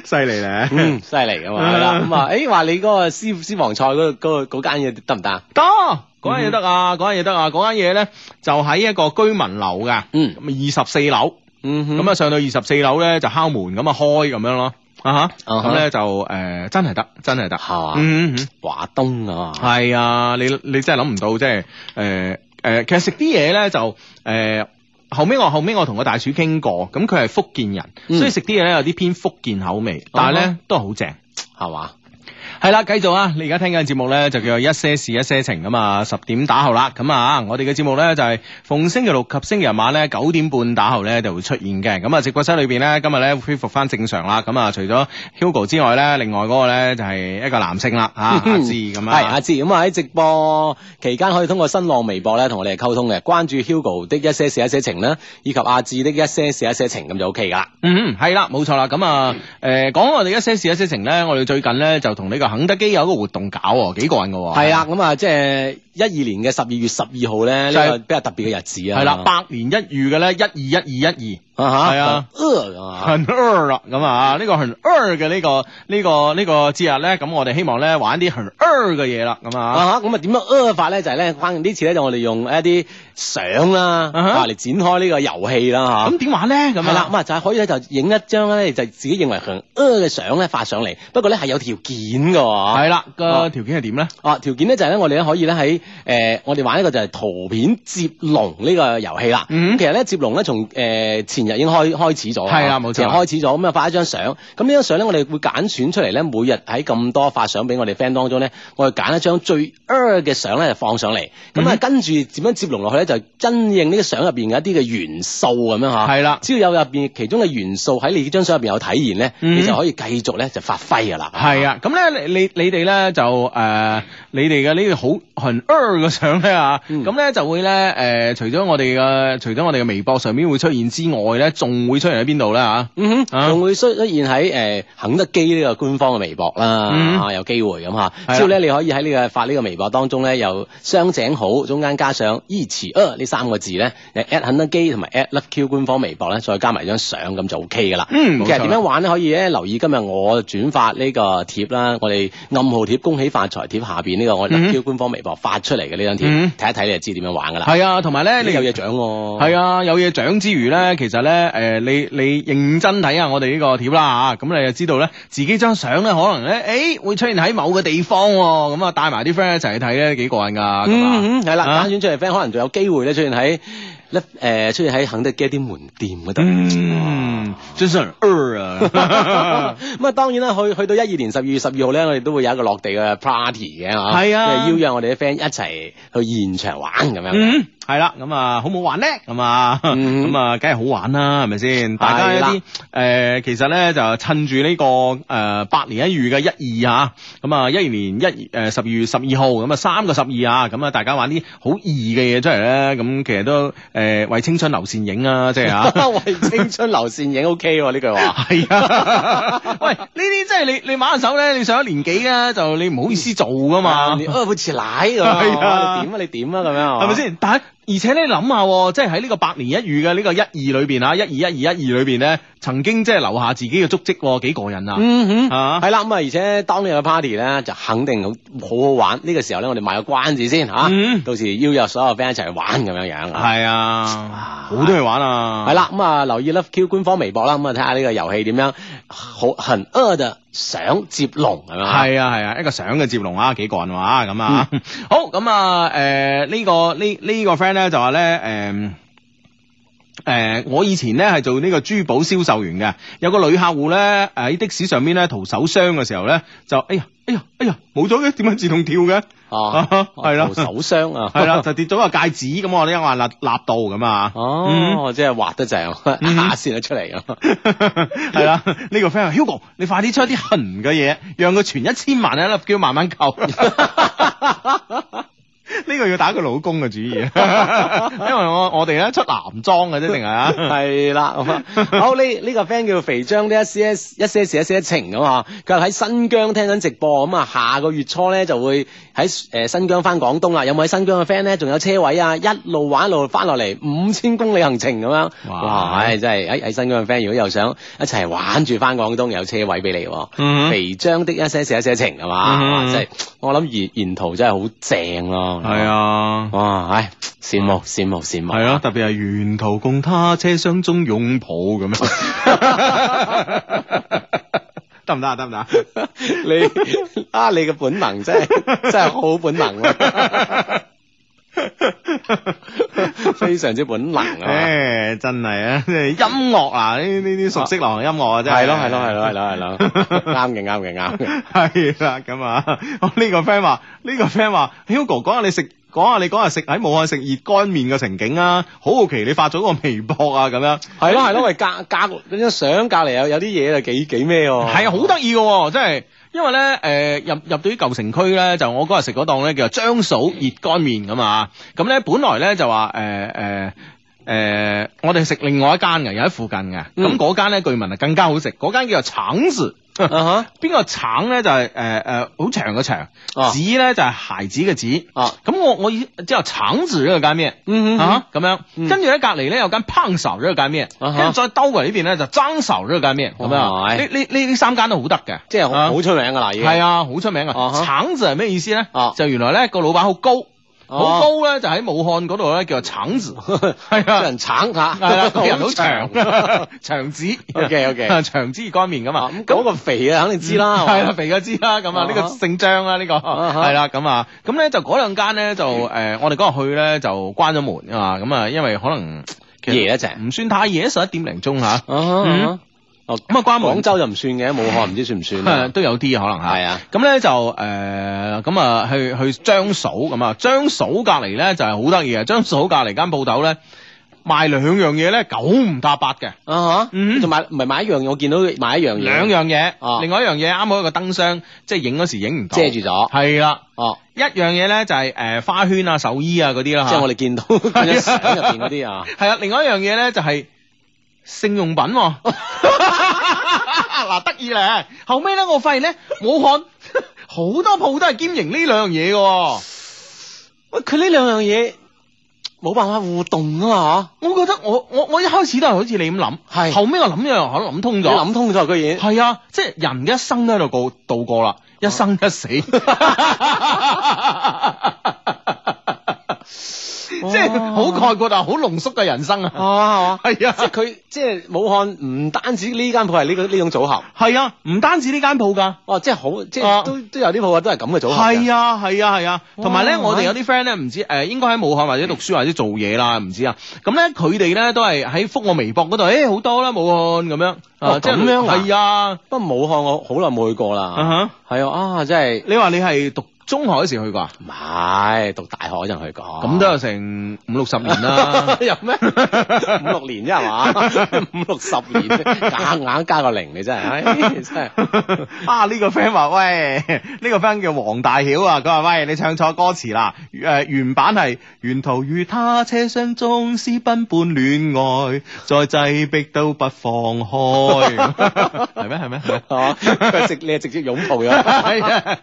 犀利咧， 嗯，犀利啊嘛，係啦，咁啊，诶，話你嗰個私私房菜嗰個嗰個嗰間嘢得唔得啊？得嗰間嘢得啊，嗰間嘢得啊，嗰間嘢咧就喺一個居民樓㗎，嗯咁二十四樓。嗯哼，咁啊上到二十四樓咧就敲門咁啊開咁樣咯，啊吓，啊哈咁咧就誒真係得，真係得，係嘛嗯嗯嗯。華東啊嘛，係啊，你你真係諗唔到，即係誒誒，其實食啲嘢咧就誒。呃後尾我後尾我同個大廚傾過，咁佢係福建人，嗯所以食啲嘢咧有啲偏福建口味，但係咧、啊都係好正。係嘛，係啦，繼續啊！你而家聽緊嘅節目咧就叫做一些事一些情咁啊，十點打後啦。咁啊，我哋嘅節目咧就係、逢星期六及星期日晚咧九點半打後咧就會出現嘅。咁啊，直播室裏邊咧今日咧恢復翻正常啦。咁啊，除咗 Hugo 之外咧，另外嗰個咧就係、一個男性啦， 啊阿志咁啊。嗯係阿志咁啊喺直播期間可以通過新浪微博咧同我哋溝通嘅，關注 Hugo 的一些事一些情啦，以及阿志的一些事一些情咁就 OK 噶啦。嗯，係啦，冇錯啦。咁啊，誒講我哋一些事一些情咧，我哋最近咧就同呢個肯德基有一個活動搞喎，幾過癮嘅喎。係啦，，咁啊，即係一二年嘅十二月十二號咧，就係呢個比較特別嘅日子啊。係啦，百年一遇嘅咧，一二一二一啊哈，係啊很餓二，啊，很 r 啦。咁啊，呢個很 r 嘅呢個呢個呢個節日咧，咁我哋希望咧玩啲很 r 嘅嘢啦。咁啊啊，哈，咁啊點樣餓法咧？就係咧，關鍵呢次咧就我哋用一啲相啦，啊哈啊嚟展開呢個遊戲啦嚇。咁點玩咧？咁係啊啦，咁，啊就係可以咧就影一張咧就自己認為很餓嘅相咧發上嚟，不過咧係有條件嘅喎。係啦，個條件係點咧？啊，條件咧就係咧，我哋咧可以咧喺誒，我哋玩一個就係圖片接龍呢個遊戲啦。咁、嗯其實咧接龍咧從誒、呃前日已經開開始咗啦，係啦冇錯前日開始咗咁啊發一張相。咁呢張相咧，我哋會揀選出嚟咧，每日喺咁多發相俾我哋 friend 當中咧，我哋揀一張最 er 嘅相咧就放上嚟。咁啊、嗯跟住點樣接龍落去咧，就因應呢個相入邊嘅一啲嘅元素咁樣嚇。係啦。只要有入邊其中嘅元素喺你張相入邊有體現咧，嗯啊你就可以繼續咧就發揮噶啦。呃係啊，咁咧你你你哋咧就誒、你哋嘅呢個好很 e 呃嘅相咧啊，嗯咁咧就會咧诶，除咗我哋嘅除咗我哋嘅微博上面會出現之外咧，仲會出現喺邊度咧啊？嗯啊哼，仲會出出現喺誒、呃肯德基呢個官方嘅微博啦，嗯啊有機會咁嚇。係啦只要咧你可以喺呢個發呢個微博當中咧，有雙井好中間加上依詞呃呢三個字咧，你 at 肯德基同埋 at Love Q 官方微博咧，再加埋張相咁就 OK 噶啦。嗯冇錯其實點樣玩咧？可以咧留意今日我轉發呢個貼啦，我哋暗號貼恭喜發財貼下邊呢個我哋嗯 Love Q 官方微博發出嚟嘅呢張嗯貼，睇一睇你就知點樣玩噶啦。係啊，同埋咧你你有嘢獎喎。係啊，有嘢獎之餘咧，其實咧，誒、你你認真睇下我哋呢個貼啦嚇，咁你就知道咧，自己張相咧可能咧，誒、會出現喺某個地方喎、咁啊帶埋啲 friend 一齊去睇咧，幾過癮㗎，咁啊。嗯，系啦，啊揀選出嚟 friend 可能仲有機會咧出現喺咧誒出現喺肯德基一啲門店嗰度。嗯，真是很二啊！咁啊，當然啦，去去到一二年十二月十二號咧，我哋都會有一個落地嘅 party 嘅嚇，係啊即係邀約我哋啲 friend 一齊去現場玩咁樣嘅。嗯，系啦，咁啊，好唔好玩咧？咁啊，嗯咁啊，梗係好玩啦，係咪先？大家一係啲啦诶，其實咧就趁住呢個诶八年一遇嘅一二啊，咁啊一二年一诶十二月十二號，咁啊三個十二啊，咁啊大家玩啲好易嘅嘢出嚟咧，咁其實都诶為青春留倩影啊，即係 啊。為青春流線影 OK 喎呢句話。系啊，喂，呢啲真係你你挽手咧，你上咗年紀咧，就你唔好意思做噶 嘛。你啊好似奶咁係啊啊，你點啊你點啊咁樣係咪？先？但係而且咧諗下喎，即係喺呢個百年一遇嘅呢個一二裏邊啊，一二一二一二裏邊咧，曾經即係留下自己嘅足跡喎，幾過癮啊！嗯哼，啊係啦，咁啊，而且當日嘅 party 咧就肯定好好好玩。呢個時候咧，我哋賣個關子先嚇嗯，到時邀約所有 friend 一齊去玩咁樣樣啊。係啊，好多嘢玩啊！系，啦，咁啊留意 Love Q 官方微博啦，咁啊睇下呢個遊戲點樣好很呃嘅想接龍係嘛？係啊，係啊，一個相嘅接龍啊，幾過癮啊！咁啊，嗯好咁啊，誒、呢、個呢呢、個 friend 咧就話咧誒。誒、我以前咧係做呢個珠寶銷售員嘅，有個女客戶咧誒喺的士上面咧淘手箱嘅時候咧，就哎呀哎呀哎呀冇咗嘅，點解自動跳嘅？啊 哦，係啦做手商啊，系啦，， 就跌咗個戒指咁，我哋一眼立立到咁啊，哦，即係畫得正，嗯 下線得出嚟啊， 係啦，呢個 friend 話 Hugo，你快啲出一啲痕嘅嘢，讓佢存一千萬喺粒叫慢慢扣。 呢個要打佢老公嘅主意，因 為我我哋咧出男裝嘅啫，定係啊？ 係啦，咁啊好呢呢個 friend 叫肥張，呢一些一些事一些情咁啊，佢話喺新疆聽緊直播，咁啊下個月初咧就會喺誒新疆翻廣東啦，有冇喺新疆嘅 friend 咧？仲有車位啊，一路玩一路翻落嚟五千公里行程咁樣，哇哇！唉真係喺喺新疆嘅 friend，如果又想一齊玩住翻廣東，有車位俾你喎。嗯肥張的一些事一些情係嘛，嗯哇真係我諗沿沿途真係好正咯，係，啊。哇！唉，羨慕羨慕羨慕，係咯，，特別係沿途共他車廂中擁抱咁樣， 得唔得啊？得唔得啊？你啊，你嘅本能 真係真係好本能啊，非常之本能啊！诶，真係啊！ 即係音樂啊，呢呢啲熟悉流行音樂啊，真係係咯係咯係咯係 咯係咯，啱嘅啱嘅啱嘅。係啦，咁啊， 我呢個 friend 話，呢個 friend 話，Hugo 講下你食。講下你嗰日食喺武漢食熱乾麵嘅情景啊，好好奇你發咗個微博啊咁樣，係咯係咯，喂隔隔你張相隔離有有啲嘢就幾幾咩喎？係啊，好得意嘅喎，真係，因為咧誒、入入到啲舊城區咧，就我嗰日食嗰檔咧叫做張嫂熱乾麵咁啊，咁咧本來咧就話誒誒誒，我哋食另外一間嘅，有喺附近嘅，咁嗯嗰間咧據聞啊更加好食，嗰間叫做橙子。啊邊個橙咧就係誒誒好長嘅長，哦子咧就係孩子嘅子。哈啊咁我我以之後橙字呢個間咩嗯啊咁樣，嗯跟住咧隔離咧有間烹手呢個間咩，跟啊哈住再兜過嚟呢邊咧就爭手呢個間咩咁樣。哇呢呢呢呢三間都好得嘅，啊即係好好出名噶啦已經係啊，好出名啊啊！哈橙字係咩意思咧啊？就原來咧個老闆好高，好哦高咧就喺武漢嗰度咧叫做橙 字，係俾啊人。橙嚇，係 啦，個人好長， 長子 OK，OK 啊 長子熱乾麵咁啊啊，咁嗰個肥啊，肯定知啦，嗯係啦，肥嘅知啦，咁啊，呢個啊哈姓張啦，呢個哈嗯係啦，咁啊，咁咧就嗰兩間咧就誒，我哋嗰日去咧就關咗門啊，咁啊，因為可能其實夜一隻唔算太夜，十一點零鐘嚇，咁啊嗯，哦，啊關廣門州就唔算嘅，武漢唔知算唔算誒啊？都有啲可能嚇，係啊，咁咧就誒咁啊去去張嫂咁啊，張嫂隔離咧就係好得意嘅，張嫂隔離間鋪頭咧。賣兩樣嘢咧，九唔搭八嘅，啊吓，嗯就買唔係買一樣嘢，我見到買一樣嘢，兩樣嘢，啊另外一樣嘢啱好一個燈箱，即係影嗰時影唔到，遮住咗，係啦，哦，一樣嘢咧就係、呃花圈啊、壽衣啊嗰啲啦即係我哋哋 見到嗰張相入邊嗰啲啊，係啊，另外一樣嘢咧就係、性用品 喎、嗱得意咧，後尾咧我發現咧，武漢 好多鋪都係兼營呢兩樣嘢嘅喎。喂，佢呢兩樣嘢冇辦法互動啊我覺得我我我一開始都係好似你咁諗，係後尾我諗一樣，可能諗通咗，嘛，你諗通咗居然， 係啊，即係人嘅一生都喺度過度過啦，一生一 死，即係好概括啊，好濃縮嘅人生啊，啊係嘛，係即係啊，佢即係武漢唔單止呢間鋪係呢個呢種組合，係啊，唔單止呢間鋪㗎。哦，即係好即啊係都都有啲鋪啊，都係咁嘅組合嘅，係啊，係啊，係啊，同埋咧，哇我哋有啲 friend 咧，唔知誒，應該喺武漢或者讀書或者做嘢啦，唔知啊。咁咧，佢哋咧都係喺覆我微博嗰度，誒好多啦，武漢咁樣，啊哦即係咁樣啊係啊，不過武漢我好耐冇去過啊啦，哈係啊，啊真係你話你係讀中學嗰時去過啊？唔係讀大學嗰陣去過，咁都有成五六十年啦。 有咩？五六年啫係嘛？ 五六十年，硬硬加個零，你真係，唉真係。 啊！呢、個 friend 話：喂，呢、個 friend 叫黃大曉啊，佢話：喂，你唱錯歌詞啦。誒、原版係沿途與他車廂中私奔般戀愛，再擠迫都不放開。 係咩？係咩？係咩係嘛？哦佢直你係直接擁抱咗，係啊。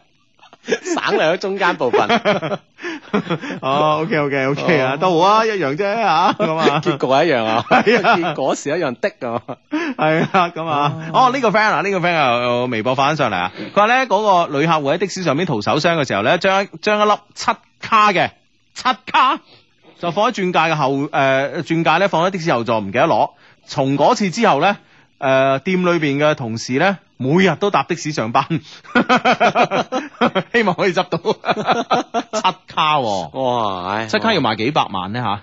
省略咗中間部分， 哦，OK OK OK 啊，都好啊，一樣啫嚇咁 啊。結局係一樣啊，係啊結果是一樣的啊， 系啊，咁啊，哦呢、個 friend 啊，呢、個 friend 又有微博翻上嚟啊，佢話咧嗰個旅客會喺的士上面淘手箱嘅時候咧，將一將一粒七卡嘅七卡就放喺轉界嘅後誒、呃、轉界咧放喺的士後座，唔記得攞。從嗰次之後咧，誒、店裏邊嘅同事咧。每日都搭的士上班， 希望可以執 到七卡、喎。哇！唉七卡要賣幾百萬咧吓？啊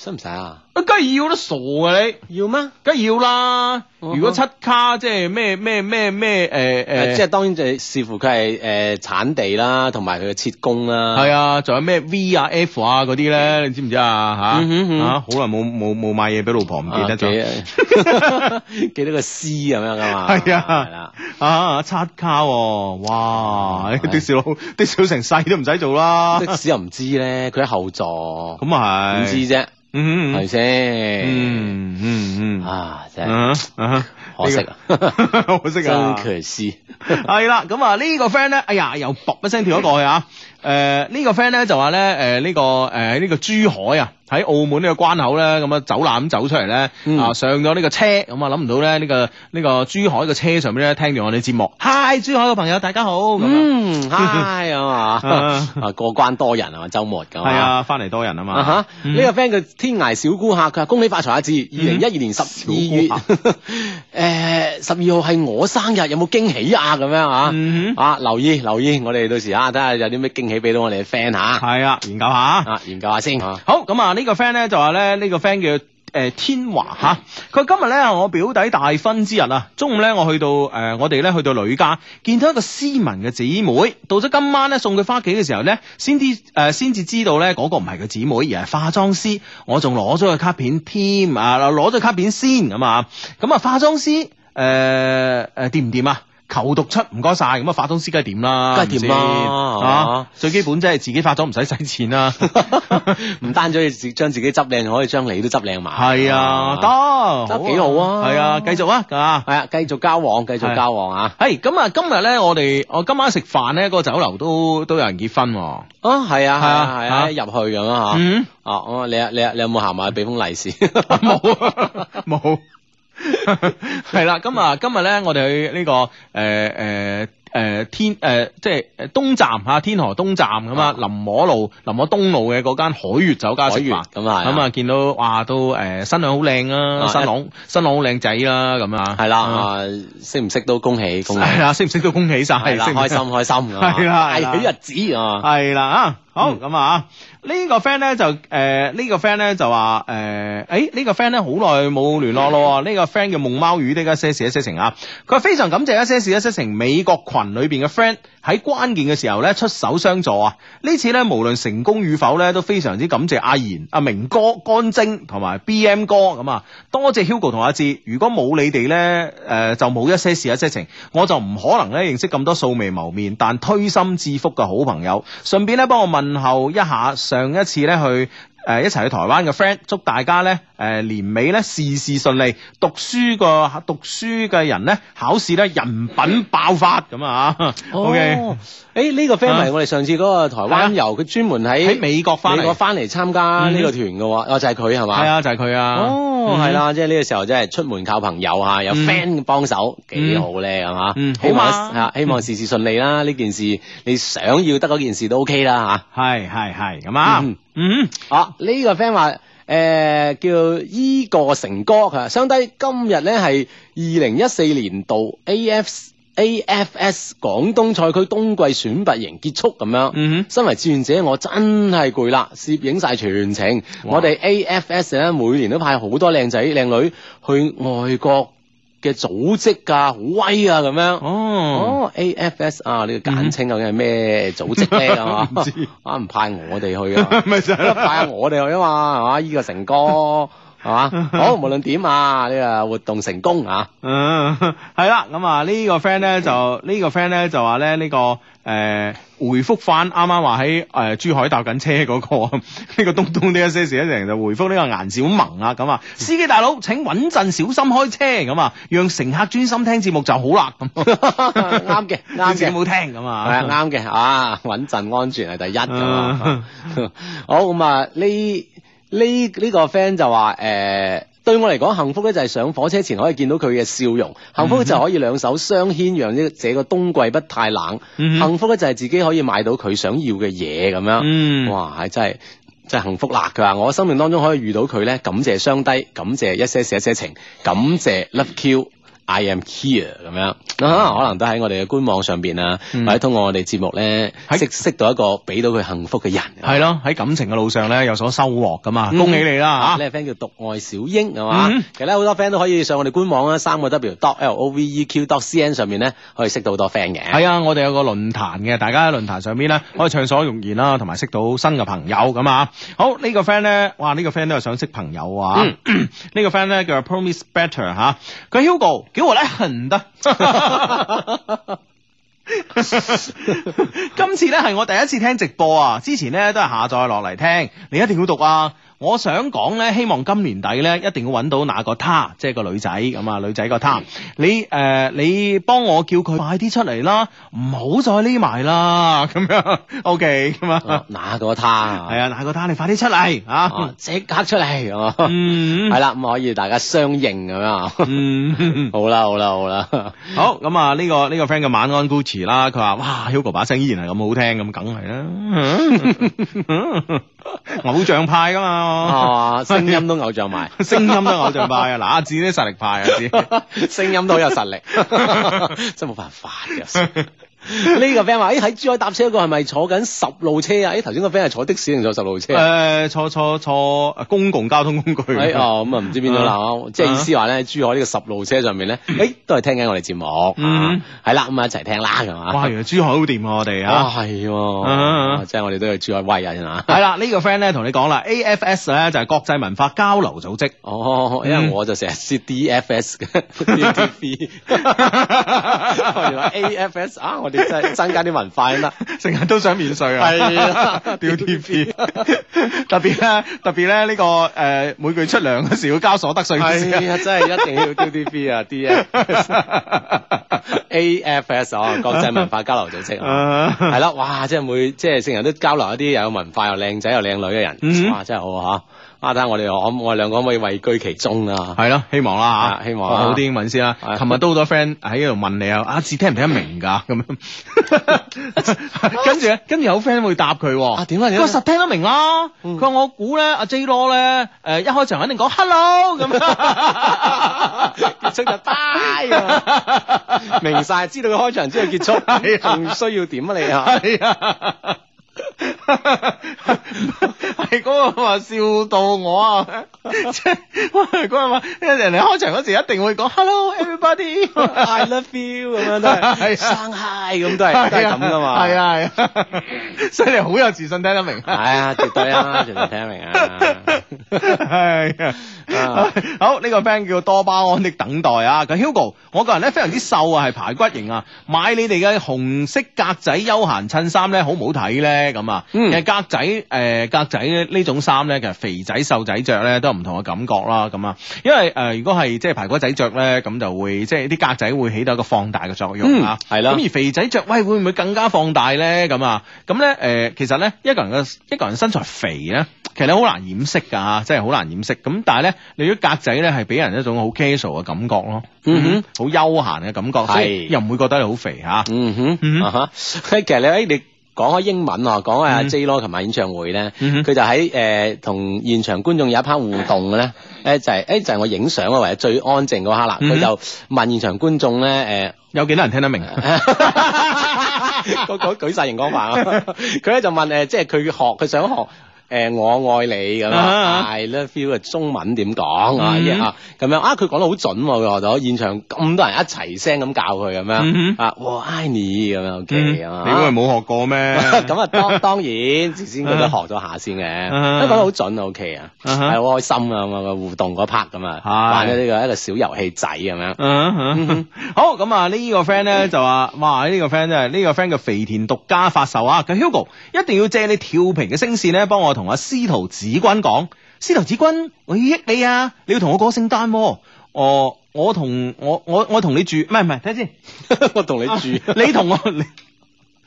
使唔使啊？梗係要啦，傻嘅你！要咩？梗係要啦！嗯哼如果七卡即係咩咩咩咩誒誒，誒，啊即係當然就係視乎佢係誒產地啦，同埋佢嘅切工啦。係啊，仲有咩 V 啊 F 啊嗰啲咧，你知唔知啊？嗯哼嚇嗯嚇，好耐冇冇冇買嘢俾老啊婆，唔記得咗咗， 幾記得個 C 咁樣噶嘛？ 係啊係啦，哦啊！七卡喎，哇！係的士佬的士佬成世都唔使做 啦，的士又唔知咧，佢喺後座，咁啊唔係，知啫，係嗯咪嗯先？嗯嗯嗯啊，真係嗯嗯，可惜啊，啊， 可惜真啊。可惜。 系啦，咁啊呢個 friend 咧，哎呀又卜一聲跳咗過去啊！诶、呢、個 friend 咧就話咧，诶、呢、個诶呢、個珠海啊，喺澳門呢個關口咧，咁啊走啦咁走出嚟咧，嗯啊上咗呢個車，咁啊諗唔到咧呢、個呢、個珠海嘅車上面咧聽住我哋節目，Hi 珠海嘅朋友大家好，咁 啊嗯嗨咁啊 啊啊過關多人啊嘛，周末咁係。啊，翻嚟多人啊啊嘛，哈！嗯呢個 friend 叫天涯小顧客，佢話恭喜發財阿志，二零一二年十二月小顧， 誒十二號係我生日，有冇驚喜啊？咁樣啊嗯哼，啊！留意留意，我哋到時啊，睇下有啲咩驚喜俾到我哋嘅 friend 嚇，係啊，研究下。啊研究下先嚇。好，咁啊呢個 friend 咧就話咧呢個 friend 叫。誒、天華嚇，佢今日咧係我表弟大婚之日啊，中午咧我去到誒、呃我哋咧去到女家，見到一個斯文嘅姊妹，到咗今晚咧送佢翻屋企嘅時候咧，先至誒先至知道咧嗰、個唔係佢姊妹，而係化妝師，我仲攞咗個卡片添啊，攞咗卡片先咁啊，咁啊化妝師誒誒掂唔掂啊？求讀出唔該晒，咁啊化妝師梗係掂啦，梗係掂啦係咪先啊啊最基本即係自己化妝唔使使錢 啦。唔單止要自將自己執靚，可以將你都執靚埋。系啊，得得幾好啊系啊，繼續啊，啊。係啊，繼續交往，繼續係交往啊！係咁啊！今日咧，我哋我今晚食飯咧，個酒樓都都有人結婚喎。啊，係啊，係啊，係係啊啊，一入去咁啊嚇。嗯，啊，哦，你啊，你啊，你有冇行埋去俾封 利是？冇啊 冇，係啦。咁啊，今日咧，我哋去呢個诶诶诶天诶，即係呃東站吓，天河東站咁啊，林摸路、林摸東路嘅嗰間海月酒家食海員飯。咁啊，咁啊，見到哇，都诶新娘好靚啊，啊新郎新郎好靚仔啦，咁啊，係啦，啊啊，識唔識都恭喜恭喜，係啦，識唔識都恭喜晒，係啦，識唔識開心開心，啊係啦係啦大喜日子啊！系啦啊，好咁啊，呢個 friend 咧就誒呢個 friend 咧就話誒，誒呢個 friend 咧好耐冇聯絡咯喎，呢個 friend 叫夢貓魚的一些事一些情啊，佢話非常感謝一些事一些情美國群裏邊嘅 friend 喺關鍵嘅時候咧出手相助啊，呢次咧無論成功與否咧都非常之感謝阿賢、阿明哥、乾晶同埋 B M 哥咁啊，多謝 Hugo 同阿志，如果冇你哋咧誒就冇一些事一些情，我就唔可能咧認識咁多素未謀面但推心置腹嘅好朋友，順便咧幫我問候一下上一次咧去。誒、一齊去台灣嘅 friend，祝大家咧誒、年尾咧事事順利，讀書個讀書嘅人咧考試咧人品爆發咁哦啊！OK 诶，呢個 friend 咪我哋上次嗰個台係啊灣遊，佢專門喺喺美國翻美國嚟，翻嚟參加呢個團嘅喎，哦就係佢係嘛？係，啊就係佢啊，哦，嗯係，啦，即係呢個時候真係出門靠朋友啊嚇，有嗯 friend 幫手幾好咧，係嘛？嗯希望啊好嘛嚇希望事事順利啦，呢件事你想要得嗰件事都 OK 啦係係係咁啊嗯，嗯，嚇。啊，呢個 friend 話。誒、叫依個成哥，佢話相低今日咧係二零一四年度 AF AFS 廣東賽區冬季選拔營結束咁樣。嗯身為志願者，我真係攰啦，攝影晒全程。哇我哋 AFS 咧每年都派好多靚仔靚女去外國嘅組織㗎，好威啊咁哼，樣。哦，哦，AFS 啊，呢個簡稱究竟係咩組織咧？係嘛 唔知，啊，唔派我哋去啊 咪就係派咯下我哋去啊嘛，係嘛？依個成哥係 嘛？好，無論點啊，呢個活動成功啊！ 嗯，係啦，咁啊呢個 friend 咧就呢個 friend 咧就話咧呢個誒回覆翻啱啱話喺誒珠海搭緊車嗰個呢個東東呢一些事一成就回覆呢個顏小萌啦，咁啊司機大佬請穩陣小心開車咁啊，讓乘客專心聽節目就好啦，咁啱嘅，啱你自己嘅。冇聽咁系啊，啊，啱嘅，啊，穩陣安全係第一噶嘛嗯。 好咁啊，呢呢呢個 friend 就話诶。對我嚟講，幸福咧就係上火車前可以見到佢嘅笑容；幸福咧就係可以兩手相牽，讓呢這個冬季不太冷；嗯幸福咧就係自己可以買到佢想要嘅嘢咁樣。嗯，哇，係真係真係幸福啦！佢話我生命當中可以遇到佢咧，感謝雙低，感謝一些事一些情，感謝 Love Q。I am here 咁樣，啊，可能都喺我哋嘅官網上邊啊，嗯或者通過我哋節目咧，喺識識到一個俾到佢幸福嘅人。係咯，喺感情嘅路上咧有所收穫噶嘛，嗯恭喜你啦嚇。呢個 friend 叫獨愛小英係嘛嗯？其實咧好多 friend 都可以上我哋官網啦，三個 W dot L O V E Q dot C N 上面咧，可以識到好多 friend 嘅。係啊，我哋有個論壇嘅，大家喺論壇上邊咧可以暢所欲言啦，同埋識到新嘅朋友咁啊。好呢、個 friend 咧，哇呢、個 friend 都係想識朋友啊。 呢、個 friend 咧叫 Promise Better 吓、佢 Hugo 叫我咧恨得。 今次咧係我第一次聽直播啊，之前咧都係下載落嚟聽，你一定要讀啊！我想講咧，希望今年底咧一定要揾到那個他，即係個女仔咁啊，女仔個他。你誒、呃你幫我叫佢快啲出嚟啦，唔好再匿埋啦，咁樣 OK 咁啊啊，，那個他啊係啊，那個他你快啲出嚟啊啊！即刻出嚟啊！嗯，係啦，咁可以大家相認咁樣啊。 嗯。好啦好啦好啦，好咁啊！呢、個呢、個 friend 嘅晚安 Gucci 啦，佢話：哇，Hugo 把聲依然係咁好聽，咁梗係啦，偶像派噶嘛， 啊聲音都偶像 埋，聲音都偶像派啊！嗱，阿志呢實力派啊，志聲音都好有實 力，真冇辦法嘅。呢個 friend 話：，哎誒喺珠海搭車嗰個係咪坐緊十路車啊？誒頭先個 friend 係坐的士定坐十路車啊？誒坐坐坐呃公共交通工具，誒哦，咁啊唔知邊度啦，啊嗯即係意思話咧，珠海呢個十路車上面咧，誒都係聽緊我哋節目，嗯啊係啦，咁啊一齊聽啦，係嘛？哇！原來珠海好掂啊，我哋啊啊。係嗯喎，嗯即係我哋都去珠海威啊，真係。係啦，呢個 friend 咧同你講啦，AFS 咧就係國際文化交流組織。哦，因為我就成日知 DFS 嘅 DTV，原來 AFS 啊，我哋真 係增加啲文化先得。成日都想免税啊！係啊 屌 TV，特別咧，特別咧呢個誒每個月出糧嗰時要交所得税嗰時係啊，真係一定要 DTV 啊，DFS、AFS 啊，國際文化交流組織 啊。啊係啦，哇！即係每即係成日都交流一啲又有文化又靚仔又靚女嘅人，嗯哇！真係好啊嚇！啊，睇下我哋可我哋兩個可唔可以位居其中啊？係咯，希望啦啊嚇，希望學啊好啲英文先啦係。琴日都好多 friend 喺度問你啊，阿志聽唔聽得明㗎咁 樣，跟住咧，跟住有 friend 會答佢喎啊點啊點佢啊話 實聽得明啦，嗯佢話我估咧阿 J 羅咧誒一開場肯定講 hello 咁樣， 結束就 bye 啊 明晒，知道佢開場之後結束，係啊 仲需要點啊你啊？係啊。係嗰個話笑到我啊！ 即係嗰個話，人哋開場嗰時一定會講 Hello everybody， I love you 咁樣都係 係啊啊生 high 咁都係都係咁噶嘛，係啊係啊， 所以你好有自信聽得明。係啊，絕對啊，絕對聽明 啊，係啊啊， 好呢、個 friend 叫多巴胺的等待啊，佢 Hugo，我個人咧非常之瘦啊，係排骨型啊，買你哋嘅紅色格仔休閒襯衫咧，好唔好睇咧？咁啊，嗯其實格仔誒、呃格仔呢種衫咧，其實肥仔瘦仔着咧都有唔同嘅感覺啦，咁啊，因為誒、呃如果係即係排骨仔着咧，咁就會即係啲格仔會起到一個放大嘅作用啊，嗯係啦咁而肥仔着，喂會唔會更加放大咧？咁啊，咁咧誒，其實咧一個人嘅一個人身材肥咧。其實你好難掩飾㗎嚇，真係好難掩飾。咁但係咧，你啲格仔咧係俾人一種好 casual 嘅感覺咯，嗯好休閒嘅感覺，所以係又唔會覺得你好肥嚇。嗯嗯哼，啊哈， 其實你誒你講開英文啊，講阿嗯 J 羅琴晚演唱會咧，嗯哼佢就喺誒同現場觀眾有一 part 互動嘅咧，誒就係誒就係我影相啊，或者最安靜嗰刻啦，嗯哼佢就問現場觀眾呃咧誒。有幾多人聽得明？嗰嗰 舉晒熒光 棒啊！佢咧就問誒，呃即係佢學佢想學誒、呃我愛你咁啊啊，I love you 嘅中文點講啊嗯一啊咁樣啊，佢講得好準喎，佢學到現場咁多人一齊聲咁教佢咁 嗯樣啊，我愛你咁樣 OK 嗯啊。你會冇學過咩？ 咁啊，當當然，事先佢都學咗下先嘅，啊都覺得好準啊，OK 啊，啊哈係好開心啊，咁啊個互動嗰 part 咁啊，係玩咗呢個一個小遊戲仔咁樣， 嗯嗯好咁啊！呢個 friend 咧就話：，哇！呢個 friend 真係呢個 friend 叫肥田獨家發售啊！佢 Hugo 一定要借你跳屏嘅聲線咧，幫我同阿司徒子君講，司徒子君，我要益你啊！你要同我過聖誕喎，哦，我同我我我同你住，唔係唔係，睇下先，我同你住。 你同我你，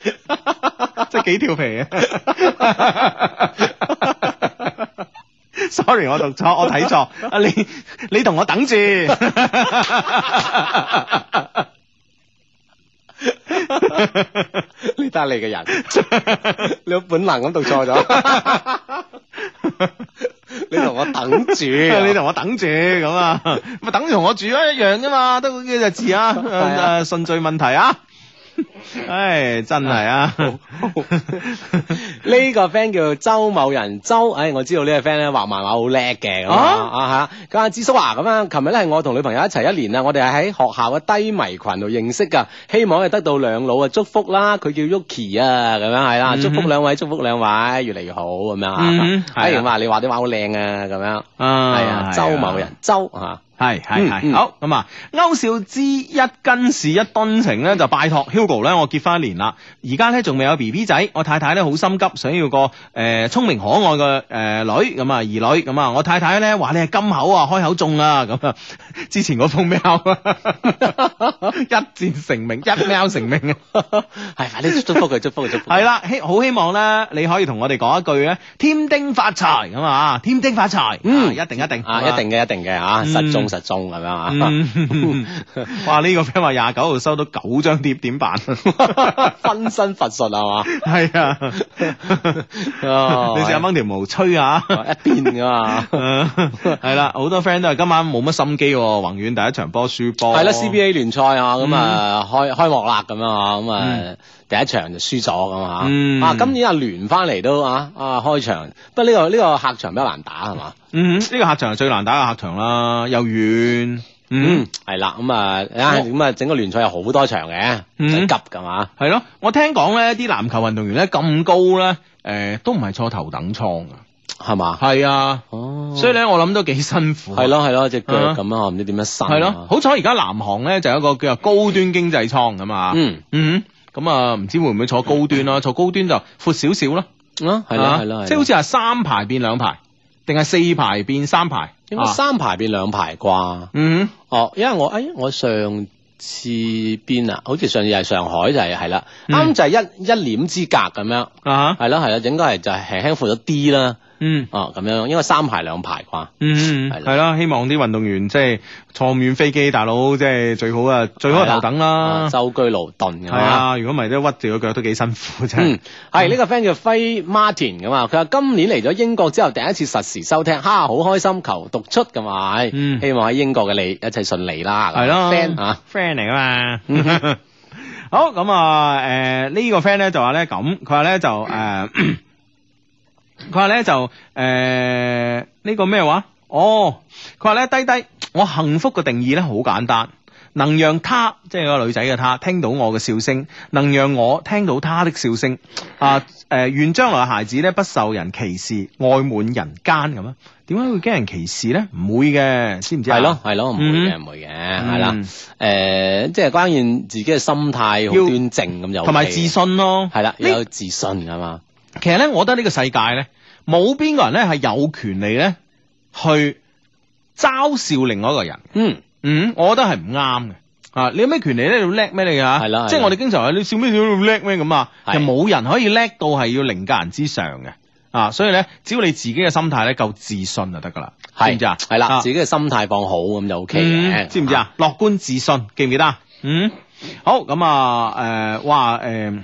即係幾調皮啊！Sorry，我讀錯，我睇錯，啊你你同我等住。你得你嘅人，你有本能咁讀錯咗。你同我等住，你同我等住咁啊，咪等住同我住啊，一樣啫嘛，都嗰幾隻字啊，啊誒順序問題啊，唉，真係啊，呢個 friend 叫周某人周，唉、我知道呢個 friend 咧畫漫畫好叻嘅咁啊啊啊嚇。佢話智叔啊，咁啊，琴日咧係我同女朋友一齊一年啊啦，我哋係喺學校嘅低迷群度認識噶，希望可以得到兩老嘅祝福啦。佢叫 Yuki 啊，咁樣係啦，嗯哼祝福兩位，祝福兩位，越嚟越好咁樣嗯啊。哼係啊哎話你畫啲畫好靚啊，咁樣 啊係啊，周某人周啊。係係嗯係，嗯好咁啊！歐少之一斤是一噸情咧，就拜託 Hugo 咧，我結婚一年啦，而家咧仲未有 B B 仔，我太太咧好心急，想要個誒、呃、聰明可愛嘅誒、呃女咁啊兒女咁啊，我太太咧話你係金口啊，開口中啊咁啊， 之前嗰封 mail 啊 一戰成名，一 mail 成名啊！系哎快啲祝福佢，祝福佢，祝 福佢。啊系，啦，希好希望咧，你可以同我哋講一句咧，添丁發財咁啊，添丁發財，嗯啊一定一定啊，一定嘅，一定嘅吓，嗯實中實中咁樣啊，嗯 哇！呢、個 friend 話廿九號收到九張碟，點 辦？分身乏術 係嘛，係啊，哦你試下掹條毛吹 啊！一邊噶嘛。係啦，好多 friend 都係今晚冇乜心機喎，宏遠第一場波輸波。係啦，CBA 聯賽啊，咁啊嗯開開幕啦，咁啊，咁啊第一場就輸咗咁啊嗯，啊今年啊聯翻嚟都啊啊開場，不過呢個呢個客場比較難打係嘛，嗯，呢、個客場係最難打嘅客場啦，又遠。嗯嗯，係啦，咁啊啊咁啊整個聯賽有好多場嘅，唔使嗯急㗎嘛，係咯，我聽講咧，啲籃球運動員咧咁高咧，誒、都唔係坐頭等艙噶。係嘛，係啊，哦所以咧我諗都幾辛苦。係咯係咯，只腳啊咁樣我唔知點樣伸，啊係咯，，好彩而家南航咧就有一個叫做高端經濟艙咁啊，嗯。嗯哼，咁啊唔知會唔會坐高端啦？坐高端就闊少少啦，啊，係啦啊係啦，即係好似係三排變兩排，定係四排變三排？應該啊三排變兩排啩。嗯哦，因為我誒我上次邊啊，好似上次係上海就係係啦，嗯啱就係一一簾之隔咁樣，哼啊，係啦係啦，應該係就係輕輕闊咗啲啦，嗯哦咁樣，應該三排兩排啩。嗯，係啦係啦，希望啲運動員即係坐唔遠飛機，大佬即係最好啊，最好係頭等啦啊，舟車勞頓咁係嘛。啊，如果唔係都屈住個腳都幾辛苦真係嗯，。係呢個 friend 叫輝 Martin 咁啊，佢話今年嚟咗英國之後，第一次實時收聽，哈，好開心，求讀出咁啊，嗯希望喺英國嘅你一切順利啦，咁係咯，friend 啊，嗯 friend 嚟噶 嘛。 好咁啊，誒、呢個 friend 咧就話咧咁，佢話咧就誒。佢話咧就诶呢個咩話？哦，佢話咧低低，我幸福嘅定義咧好簡單。能讓她，即係個女仔嘅她，聽到我嘅笑聲，能讓我聽到她的笑聲。啊，誒、願將來嘅孩子咧不受人歧視，愛滿人間咁啊？點解會驚人歧視咧？唔會嘅，知唔知啊？係咯，係咯，唔會嘅，嗯唔會嘅，係啦嗯，誒，呃即係關鍵自己嘅心態好要端正咁就 OK 嘅，同埋自信咯。係啦，呢要有自信係嘛，其實咧，我覺得呢個世界咧，冇邊個人咧係有權利咧去嘲笑另外一個人。嗯，嗯，我覺得係唔啱嘅。啊！你有咩權利咧？你要叻咩你啊？係啦係啦即係我哋經常話你笑咩笑你叻咩咁啊？係其實冇人可以叻到係要凌駕人之上嘅啊！所以咧，只要你自己嘅心態咧夠自信就得噶啦，知係唔知啊？係啦，啊自己嘅心態放好咁就 OK 嗯嘅，知唔知？啊？樂觀自信，記唔記得啊？嗯，好咁啊，誒、哇，誒、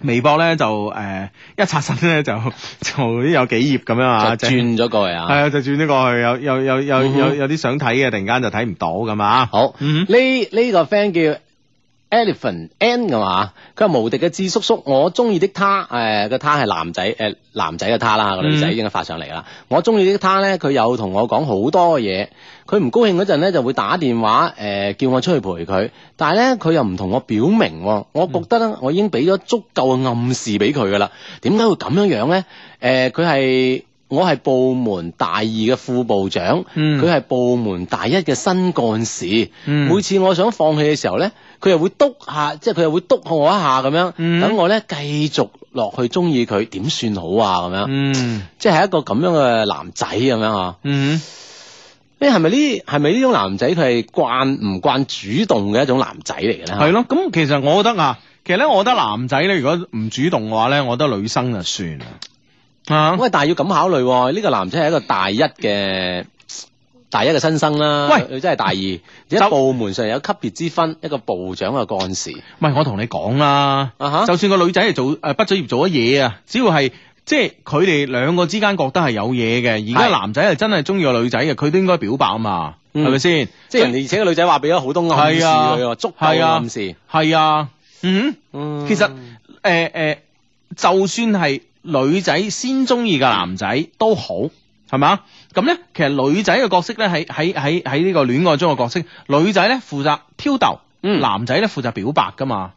微博咧就誒、一刷新咧就 就有幾頁咁樣啊，就即係轉咗過去係啊。嗯啊，就轉咗過去，有有有有有有啲想睇嘅，突然間就睇唔到咁啊。好，嗯呢呢個 friend 叫 Elephant N 嘅嘛，佢話無敵嘅智叔叔，我中意的他，誒個他係男仔，誒男仔嘅他啦，個女仔嗯應該發上嚟啦。我中意的他咧，佢有同我講好多嘢，佢唔高興嗰陣咧就會打電話誒、叫我出去陪佢，但係咧佢又唔同我表明喎，我覺得嗯咧我已經俾咗足夠嘅暗示俾佢噶啦，點解會咁樣樣咧？誒、佢係。我係部門大二嘅副部長，嗯佢係部門大一嘅新幹事，嗯每次我想放棄嘅時候咧，佢又會督下，即係佢又會督我一下咁樣，嗯等我咧繼續落去中意佢，點算好啊？咁樣，嗯即係一個咁樣嘅男仔咁樣啊。嗯，你係咪呢？係咪呢種男仔佢係慣唔慣主動嘅一種男仔嚟嘅咧？係啊咯。咁其實我覺得啊，其實咧，我覺得男仔咧，如果唔主動嘅話咧，我覺得女生就算啦。啊，喂，但係要咁考慮喎，呢、個男仔係一個大一嘅大一嘅新生啦，喂女仔係大二，而家就部門上有級別之分，一個部長嘅幹事唔係我同你講啦。啊哈，就算個女仔係做誒畢咗業做咗嘢啊，只要係即係佢哋兩個之間覺得係有嘢嘅，而家係男仔係真係中意個女仔嘅，佢都應該表白啊嘛，嗯係咪先？即係人哋而且個女仔話俾咗好多暗示係啊佢喎，足夠係嘅啊暗示。係啊，嗯，嗯其實誒誒，就算係女仔先中意嘅男仔都好。係嘛？咁咧，其實女仔嘅角色咧，喺喺喺喺呢個戀愛中嘅角色，女仔咧負責挑逗，嗯男仔咧負責表白噶嘛。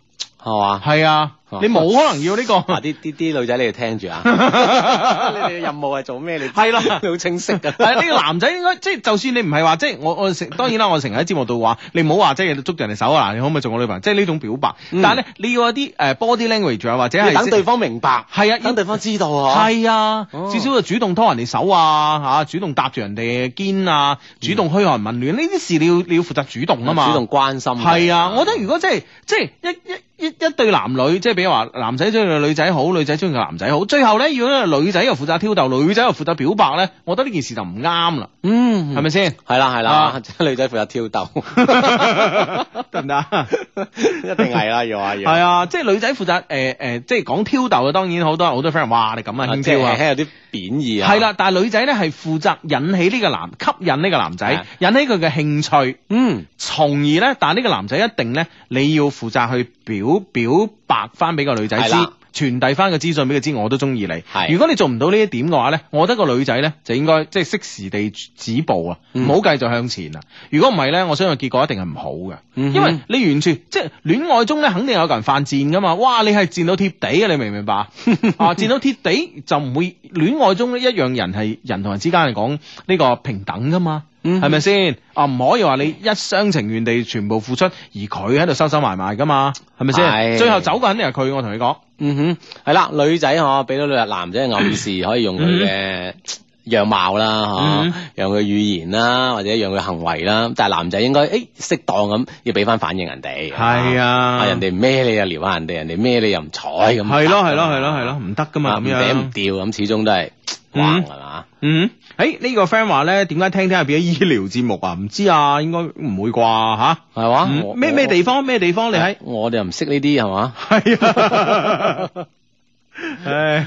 係嘛？係啊，哦你冇可能要呢、個。 嗱，啊啲啲啲女 仔你哋聽住啊，你哋嘅任務係做咩？你係啦 你好清 晰噶。但係啊哎 呢個男仔應該即係，就算你唔係話即係我我成當然啦，我成日喺節目度話，你唔好話即係捉人哋手啊，嗱，你可唔可以做我女朋友？即係呢種表白。嗯但係咧，你要有啲誒 body language 啊，或者要係等對方明白，係啊，要等對方知道啊。係啊哦，至少就主動拖人哋手啊，嚇主動搭住人哋嘅肩啊，主動噓寒問暖呢啲事，你要你要負責主動啊嘛。嗯主動嗯關心。係啊，我覺得如果即係即係一一一一對男女，即係比如話男仔中意個女仔好，女仔中意個男仔好，最後咧如果個女仔又負責挑逗，女仔又負責表白咧，我覺得呢件事就唔啱啦，嗯係咪先？ 係啦係啦啊，即係女仔負責挑逗， 得唔得 啊？一定係啦，要啊要。係啊，即係女仔負責誒誒，即係講挑逗嘅，當然好多好多 friend 話你咁啊啊，輕即佻係啊。輕有啲貶義啊。係，啦，但係女仔咧係負責引起呢個男，吸引呢個男係仔，引起佢嘅興趣，嗯，從而咧，但係呢個男仔一定咧，你要負責去表表白翻俾個女仔係知啦，傳遞翻個資訊俾佢知，我都中意你。係如果你做唔到呢一點嘅話咧，我覺得個女仔咧就應該即係適時地止步啊，唔嗯好繼續向前啊。如果唔係咧，我相信結果一定係唔好嘅，嗯哼因為你完全即係戀愛中咧，肯定有個人犯賤噶嘛。哇，你係賤到貼地啊，你明唔明 白啊？啊，賤到貼地就唔會戀愛中呢一樣人係人同人之間嚟講呢個平等噶嘛。嗯係咪先？啊，唔可以話你一廂情願地全部付出，而佢喺度收收埋埋噶嘛，係咪係先？最後走嘅肯定係佢，我同你講。嗯哼，係啦，女仔嗬，俾到女男仔嘅暗示，可以用佢嘅樣貌啦，嗬嗯，用佢語言啦，或者用佢行為啦，但係男仔應該誒適當咁要俾翻反應人哋，係啊啊人哋咩你又撩下人哋，人哋咩你又唔睬咁，係咯係咯係咯係咯，，唔得噶嘛咁啊嗯唔嗲樣。唔掉咁，始終都係嗯橫係嘛，嗯，誒呢個 friend 話咧，點解聽聽入變咗醫療節目啊？唔知啊，應該唔會啩吓？係嘛我嗯咩咩地方咩地方你喺？我哋又唔識呢啲係嘛。係啊。唉，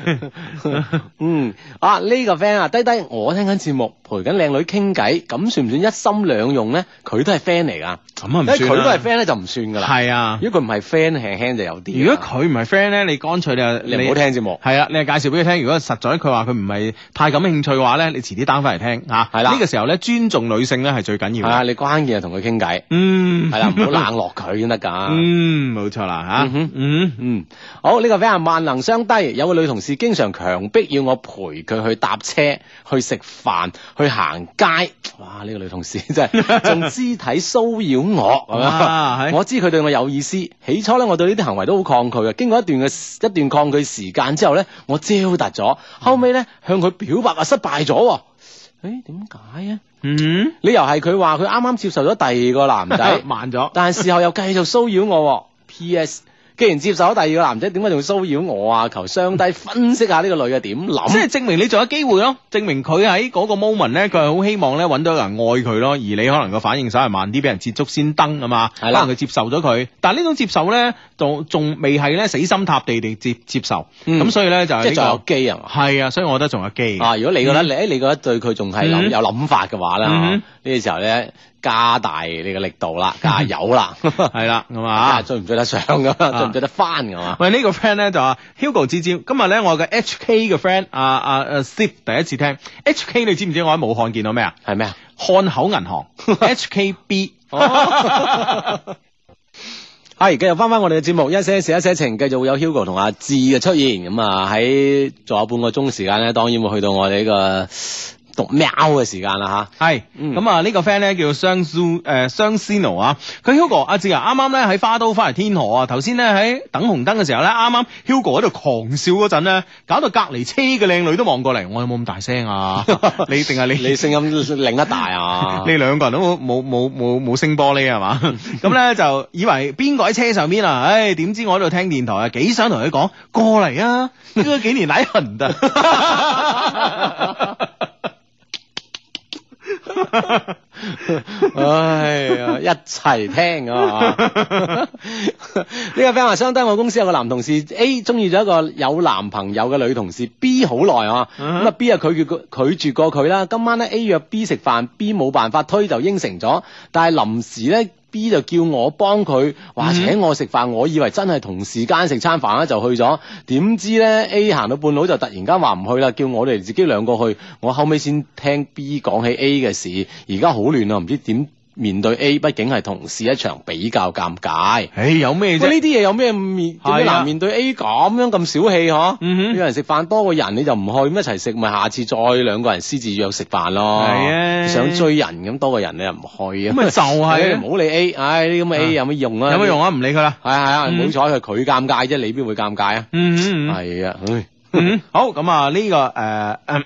嗯，啊呢、個 friend 啊，低低，我聽緊節目，陪緊靚女傾偈，咁算唔算一心兩用咧？佢都係 friend 嚟噶，咁啊唔因為算佢都啦係 friend 咧就唔算噶啦。係啊，如果佢唔係 friend，輕輕就有啲如啦。果佢唔係 friend 咧，你乾脆你就你唔好聽節目，係啊，你係介紹俾佢聽。如果實在佢話佢唔係太感興趣嘅話咧，你遲啲 down 翻嚟聽嚇。係啦呢個時候咧尊重女性咧係最緊係要啊，嘅。你關鍵係同佢傾偈，嗯， 係哎啦，唔好冷落佢先得㗎。 嗯，冇錯啦嚇嗯哼。嗯嗯，好呢、個 friend 話萬能相低，有個女同事經常強迫要我陪佢去搭車、去食飯、去行街。哇！呢、個女同事真係 仲肢體騷擾我咁哇係樣。我知佢對我有意思，起初咧我對呢啲行為都好抗拒嘅。經過一段嘅一段抗拒時間之後咧，我招達咗，後尾咧向佢表白啊失敗咗喎。 誒點解啊？嗯，。理由係佢話佢啱啱接受咗第二個男 仔 慢咗。但係事後又繼續騷擾我喎。P.S. 既然接受咗第二個男仔，點解仲要騷擾我啊？求相低分析下呢個女嘅即點 係諗。證明你仲有機會咯，證明佢喺嗰個 moment 咧，佢係好希望咧揾到人愛佢咯，而你可能個反應稍為慢啲，俾人捷足先登啊嘛，可係啦能佢接受咗佢，但係呢種接受咧，仲仲未係咧死心塌地地接接受，咁、嗯所以咧就係即呢係仲有個機啊嘛！係啊，所以我覺得仲有機嘅。啊，如果你覺得你誒，你覺得對佢仲係諗嗯有諗法嘅話啦，嗯呢個時候咧加大你嘅力度 啦，加油啦，係啦，咁睇下啊。追唔追得上咁啊，追唔追得翻咁 啊？喂，呢、個 friend 咧就話 Hugo 之招，今日咧我嘅 HK 嘅 friend 啊啊啊 Steve 第一次聽 HK，你知唔知我喺武漢見到咩啊？係咩啊？漢口銀 行 HKB。哦係，繼續翻翻我哋嘅節目，一些事一些情，繼續會有 Hugo 同阿志嘅出現。咁啊，喺仲有半個鐘時間咧，當然會去到我哋呢個讀喵嘅時間啦係，嗯咁啊呢個 friend 咧叫雙蘇誒雙 Sino 啊，佢 Hugo 阿志啊，啱啱咧喺花都翻嚟天河啊，頭先咧喺等紅燈嘅時候咧，啱啱 Hugo 喺度狂笑嗰陣咧，搞到隔離車嘅靚女都望過嚟，我有冇咁大聲啊？你定係吓。你你？聲音另一大啊！ 你兩個人都冇冇冇冇冇升玻璃啊係嘛？ 咁咧就以為邊個喺車上邊啊？唉，點知我喺度聽電台啊，幾想同佢講過嚟啊！呢個幾年奶痕 啊！唉哎呀，一齊聽啊！呢 個 friend 話，相低我公司有個男同事 A 中意咗一個有男朋友嘅女同事 B 好耐啊，咁啊 B 啊拒絕過拒絕過佢啦。今晚咧 A 約 B 食飯，B 冇辦法推就應承咗，但係臨時咧。B 就叫我幫佢，話請我食飯，我以為真係同時間食餐飯咧啊就去咗，點知咧 A 行到半路就突然間話唔去啦，叫我哋自己兩個去，我後尾先聽 B 講起 A 嘅事，而家好亂啊，唔知點面對 A，畢竟係同事一場比較尷尬。 唉，有咩啫喂，？呢啲嘢有咩面係啊點解難面對 A 咁樣咁小氣嗬？嗯哼有人食飯多個人你就唔去，咁一齊食咪下次再兩個人私自約食飯咯。係啊你想追人咁多個人你又唔去咁啊？咪就係係啊 唔好理 A，唉呢啲咁嘅 A 有乜用啊？有乜用？啊？唔理佢啦。係啊係啊，嗯唔好彩佢佢尷尬啫，你邊會尷尬啊？嗯嗯嗯。係啊，唉嗯， 好咁啊，呢、個誒、呃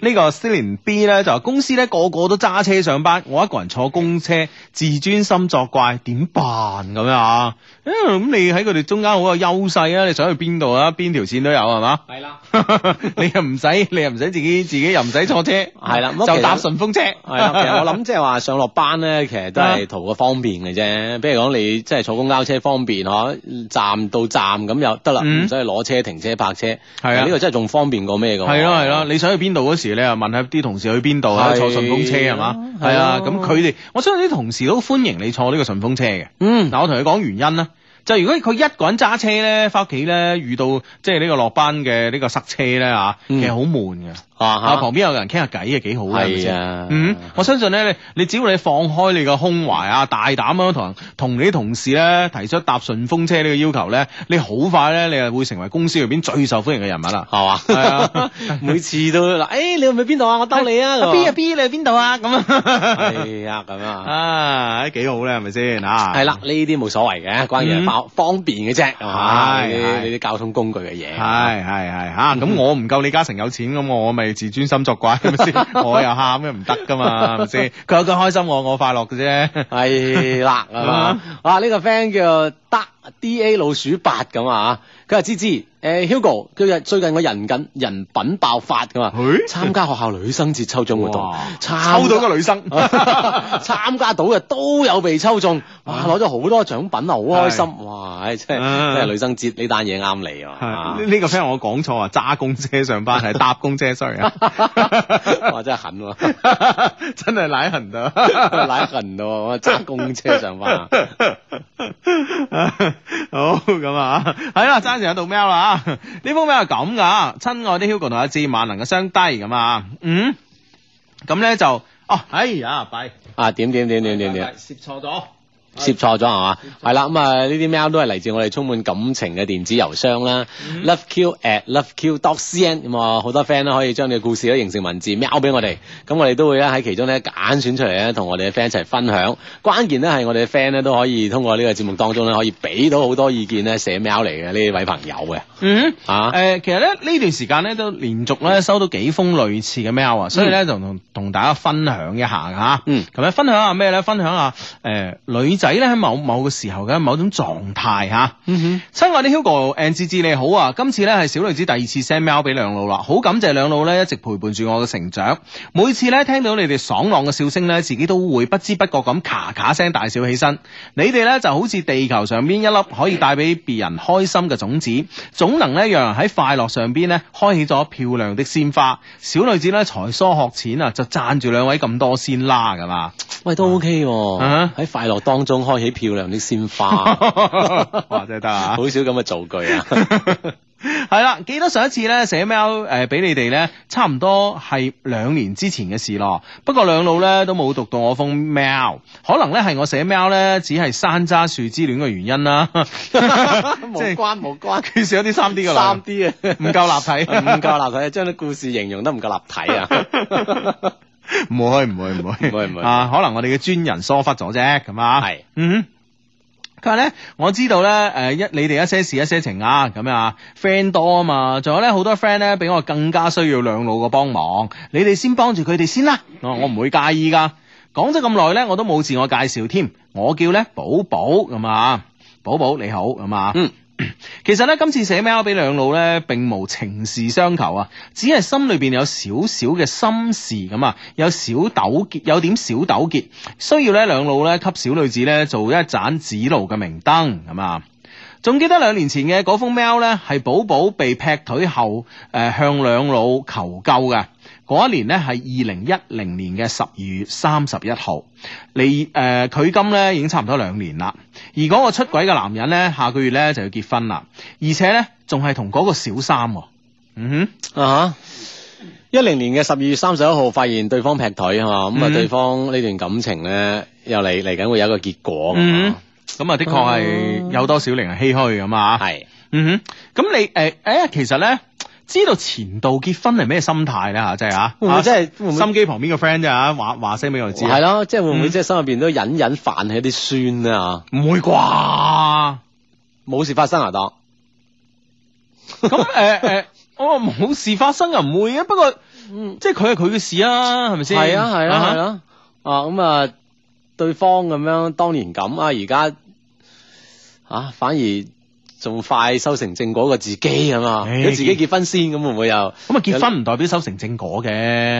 呢個 c e l i n B 咧就話公司咧個個都揸車上班，我一個人坐公車，自尊心作怪，點辦咁樣啊？嗯咁、你喺佢哋中間好有優勢啊！你想去邊度啊？邊條線都有係嘛？係啦， 你又唔使，你又唔使自己自己又唔使坐車，係啦咁其實就搭順風車，係 啦，其實我諗即係話上落班咧，其實都啊係圖個方便嘅啫。比如講你即係坐公交車方便嗬，站到站咁又得啦，嗯唔使去攞車停車泊車。係啊呢個真係仲方便過咩㗎喎？係咯係咯，你想去邊度嗰時，你又問下啲同事去邊度啊？係坐順風車係嘛？係啊，係啊咁佢哋，我相信啲同事都歡迎你坐呢個順風車嘅。嗯，嗱，我同你講原因啦。就如果佢一個人揸車咧，翻屋企咧遇到即係呢個落班嘅呢個塞車咧嚇，其嗯實好悶嘅。啊，啊旁邊有個人傾下偈啊，幾好啊，係咪係先？啊，嗯，我相信咧，你你只要你放開你個胸懷啊，大膽咁樣同人同你啲同事咧提出搭順風車呢個要求咧，你好快咧，你就會成為公司裏邊最受歡迎嘅人物 啦。係 嘛？係啊，每次都嗱，誒你去唔去邊度啊？我兜你啊 咁 B 啊 B，你去邊度啊？咁啊，係啊，咁啊。啊，幾好咧，係咪先啊？係啦，呢啲冇所謂嘅，關鍵嗯係方方便嘅啫，係嘛？係呢啲係呢啲交通工具嘅嘢。係係係吓，咁我唔夠李嘉誠有錢，咁我咪自尊心作怪，係咪先？我又喊嘅唔得噶嘛，係咪先？佢有佢開心，我我快樂嘅啫。啊啊係啦，係嘛？哇！呢個 friend 叫得 D A 老鼠八咁啊，佢話芝芝，誒、Hugo，佢日最近我人緊人品爆發噶嘛，咦參加學校女生節抽獎活動哇，參抽到 個女生參加到嘅都有被抽中，哇！攞咗好多獎品啊，好開心，哇！唉真係啊真係女生節呢單嘢 啱你啊係， 呢個 friend 我講錯啊，揸公車上班係搭公車，sorry 啊， 哇！真係狠喎，真係奶痕啊！奶痕到我揸公車上班啊。 好咁啊，系啦，爭住有讀 mail 啦。啊呢封 mail 係咁噶，親愛的 Hugo 同阿志，萬能嘅雙低咁啊，嗯，咁咧就哦，哎呀，弊，啊！點點點點點點。弊攝錯咗。涉錯咗係嘛？係啦，咁啊呢啲 mail 都係嚟自我哋充滿感情嘅電子郵箱啦，loveq at loveq dot cn 咁啊，好多 friend 咧可以將你嘅故事咧形成文字 mail 俾我哋，咁我哋都會咧喺其中咧揀選出嚟咧，同我哋嘅 friend 一齊分享。關鍵咧係我哋嘅 friend 咧都可以通過呢個節目當中咧，可以俾到好多意見咧，寫 mail 嚟嘅呢位朋友嘅嗯，啊誒、其實咧呢段時間咧都連續咧收到幾封類似嘅 mail 啊，所以咧就同同大家分享一下嚇。嗯咁咧分享下咩咧？分享下誒、女仔咧喺某某個時候嘅某種狀態啊嚇。嗯親愛的 Hugo and 志志你好啊！今次呢係小女子第二次 send mail 俾兩老啦，好感謝兩老呢一直陪伴住我嘅成長。每次呢聽到你哋爽朗嘅笑聲呢，自己都會不知不覺咁咔咔聲大笑起身。你哋呢就好似地球上邊一粒可以帶俾別人開心嘅種子，總能呢讓人喺快樂上邊呢開起咗漂亮的鮮花。小女子呢才疏學淺啊，就讚住兩位咁多先啦，咁啊！哼，喂都 OK 喎、啊喺快樂當中開起漂亮的鮮花， 哇，真係得啊！好少咁嘅造 句啊！系啦，記得上一次咧寫 mail 诶俾你哋咧，差唔多係兩年之前嘅事咯。不過兩老咧都冇讀到我封 mail，可能咧係我寫 mail 咧只係山楂樹之戀嘅原因 啦，即無係關無關。缺少啲三 D 嘅三啦， D 啊，唔夠立體， 唔夠立體，將啲故事形容得唔夠立體 啊！唔會唔會唔會唔會唔會啊！可能我哋嘅專人疏忽咗啫，咁啊，係嗯。佢話咧，我知道咧，誒、一你哋一些事一些情啊，咁啊，friend 多啊嘛，仲有咧好多 friend 咧比我更加需要兩老嘅幫忙，你哋先幫住佢哋先啦，我我唔會介意噶。講咗咁耐咧，我都冇自我介紹添，我叫咧寶寶咁啊，寶寶你好咁啊。嗯 其實咧，今次寫 mail 俾兩老咧，並無情事相求啊，只係心裏邊有少少嘅心事咁啊，有小糾結，有點小糾結，需要咧兩老咧給小女子咧做一盞指路嘅明燈咁啊。仲記得兩年前嘅嗰封 mail 咧，係寶寶被劈腿後，誒、向兩老求救嘅。嗰一年咧係二零一零年嘅十二月三十一號，你誒佢今咧已經差唔多兩年啦。而嗰個出軌嘅男人咧，下個月咧就要結婚啦，而且咧仲係同嗰個小三喎。嗯啊一零年嘅十二月三十一號，發現對方劈腿係嘛，咁啊嗯對方呢段感情咧，又嚟嚟緊會有一個結果哼，㗎嗯哼，嘛，咁啊的確係有多少令人唏噓咁啊。係嗯哼，咁你誒誒、其實咧知道前度結婚係咩心態咧嚇，真係嚇，會唔會啊真係會唔啊會心機旁邊個 friend 啫啊嚇，話話聲俾我知，係咯，即係會唔會嗯即係心入邊都隱隱泛起啲酸啊？唔會啩？ 冇事發生啊，當咁誒誒，我話冇事發生又啊唔會嘅，不過即係佢係佢嘅事啊，係咪先？係嗯啊係啊係啊，啊咁啊對方咁樣當年咁啊，而家啊反而仲快修成正果過自己咁啊，唉如果自己結婚先咁會唔會又？咁啊，結婚唔代表修成正果嘅，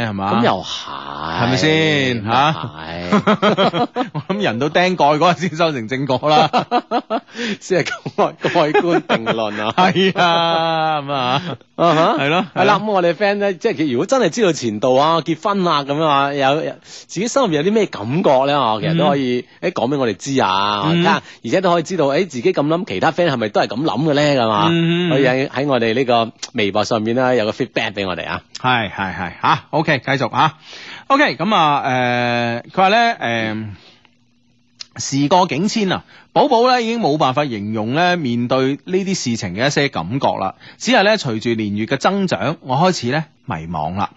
係嘛？咁又係，係啊咪先啊吓 係， 我諗人到釘蓋嗰陣先修成正果 啦，先係蓋蓋棺定論啊！ 係啊，咁啊，啊哈係咯係係啦。啦咁我哋 friend 咧，即係如果真係知道前度啊、結婚啊咁樣啊，有有自己心入邊有啲咩感覺咧？啊，其實都可以誒講俾我哋知啊，嗯睇下而且都可以知道誒自己咁諗，其他 friend 係咪都係咁諗嘅咧？咁啊，嗯可以喺喺我哋呢個微博上面咧有個 feedback 俾我哋啊。係係係吓 o k 繼續啊，OK，咁啊，誒，佢話咧，誒、時過境遷啊，寶寶咧已經冇辦法形容咧面對呢啲事情嘅一些感覺啦，只係咧隨住年月嘅增長，我開始咧迷茫啦。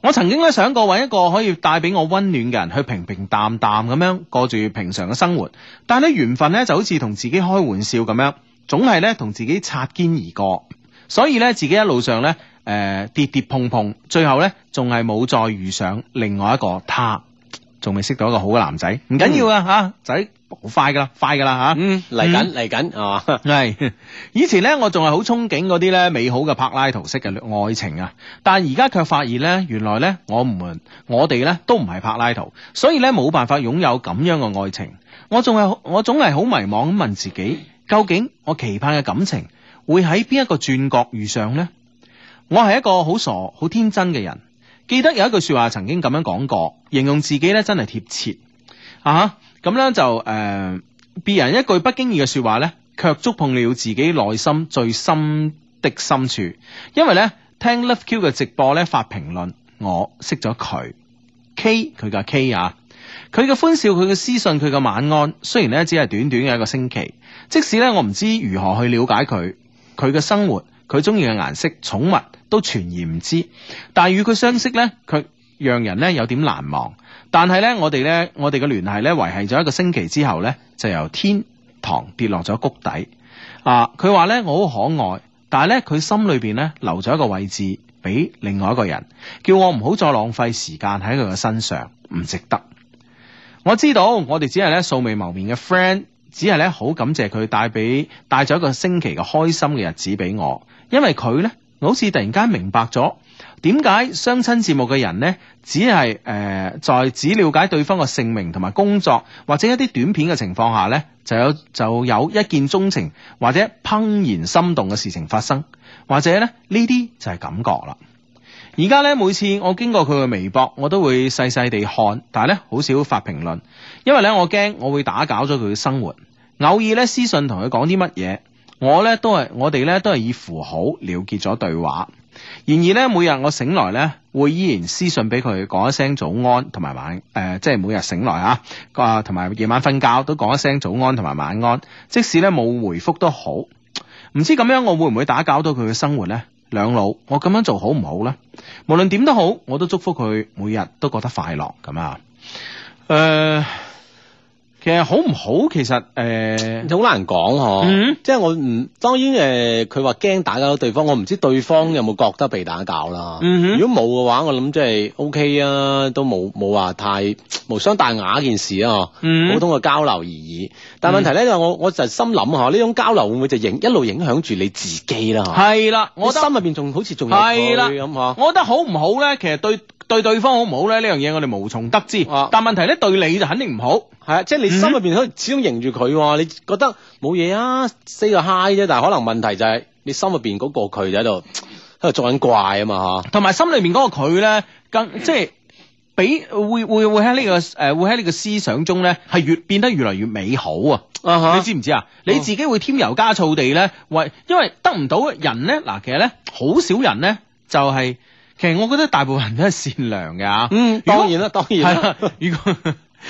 我曾經咧想過揾一個可以帶俾我温暖嘅人去平平淡淡咁樣過住平常嘅生活，但係咧緣分咧就好似同自己開玩笑咁樣，總係咧同自己擦肩而過，所以咧自己一路上咧誒、呃跌跌碰碰，最後咧仲係冇再遇上另外一個他，仲未識到一個好嘅男仔，唔緊要啊嚇，仔好快噶啦，快噶啦啊吓。嗯，嚟緊嚟緊啊係嘛？系以前咧，我仲係好憧憬嗰啲咧美好嘅柏拉圖式嘅愛情啊，但而家卻發現咧，原來咧我唔係我哋咧都唔係柏拉圖，所以咧冇辦法擁有咁樣嘅愛情。我仲係我總係好迷茫咁問自己，究竟我期盼嘅感情會喺邊一個轉角遇上呢？我係一個好傻、好天真嘅人。記得有一句說話曾經咁樣講過，形容自己咧真係貼切啊！咁咧就誒，呃別、人一句不經意嘅說話咧，卻觸碰了自己內心最深的深處。因為咧聽 Love Q 嘅直播咧發評論，我識咗佢 K 佢嘅 K 啊。佢嘅歡笑，佢嘅私信，佢嘅晚安，雖然咧只係短短嘅一個星期，即使咧我唔知如何去了解佢，佢嘅生活，佢中意嘅顏色、寵物都全然唔知，但係與佢相識咧，佢讓人咧有點難忘。但係咧，我哋咧，我哋嘅聯繫咧維係咗一個星期之後咧，就由天堂跌落咗谷底。啊，佢話咧我好可愛，但係咧佢心裏邊咧留咗一個位置俾另外一個人，叫我唔好再浪費時間喺佢嘅身上，唔值得。我知道我哋只係咧素未謀面嘅 friend，只係咧好感謝佢帶俾帶咗一個星期嘅開心嘅日子俾我，因為佢咧，我好似突然間明白咗點解相親節目嘅人咧，只係誒、呃在只了解對方嘅姓名同埋工作或者一啲短片嘅情況下咧，就有就有一見鍾情或者怦然心動嘅事情發生，或者咧呢啲就係感覺啦。而家咧，每次我經過佢嘅微博，我都會細細地看，但係咧好少發評論，因為咧我驚我會打攪咗佢嘅生活。偶爾咧私信同佢講啲乜嘢，我咧都係我哋咧都係以符號了結咗對話。然而咧，每日我醒來咧，會依然私信俾佢講一聲早安同埋晚誒、呃即係每日醒來啊，啊同埋夜晚瞓覺都講一聲早安同埋晚安，即使咧冇回覆都好。唔知咁樣我會唔會打攪到佢嘅生活呢？兩老，我咁樣做好唔好呢？無論點都好，我都祝福佢每日都覺得快樂咁啊。誒、其實好唔好？其實誒、呃好難講嗬，嗯即係我唔當然誒，佢話驚打攪到對方，我唔知對方有冇覺得被打攪啦。嗯哼如果冇嘅話，我諗即係 O K 啊，都冇冇話太無傷大雅件事啊，嗯普通嘅交流而已。但問題咧，就我我就心諗嚇，呢種交流會唔會就影一路影響住你自己啦？嚇係啦，我我覺得啊心入邊仲好似仲有係佢啦咁嚇。我覺得好唔好咧？其實對對對方好唔好咧？呢樣嘢我哋無從得知。啊但問題咧，對你就肯定唔好。係啊，即係你心入邊可以始終迎住佢喎，你覺得冇嘢啊，say 個 hi 啫，但係可能問題就係你心入邊嗰個佢就喺度喺度作緊怪啊嘛同埋心裏面嗰個佢咧，更即係俾會會會喺呢、個誒、呃、會喺呢個思想中咧，係越變得越嚟越美好啊！嚇，啊你知唔知啊？你自己會添油加醋地咧，為因為得唔到人咧，嗱，其實咧好少人咧就係、其實我覺得大部分人都係善良嘅啊。嗯，如果當然啦，當 係然啦 啦，，啊如果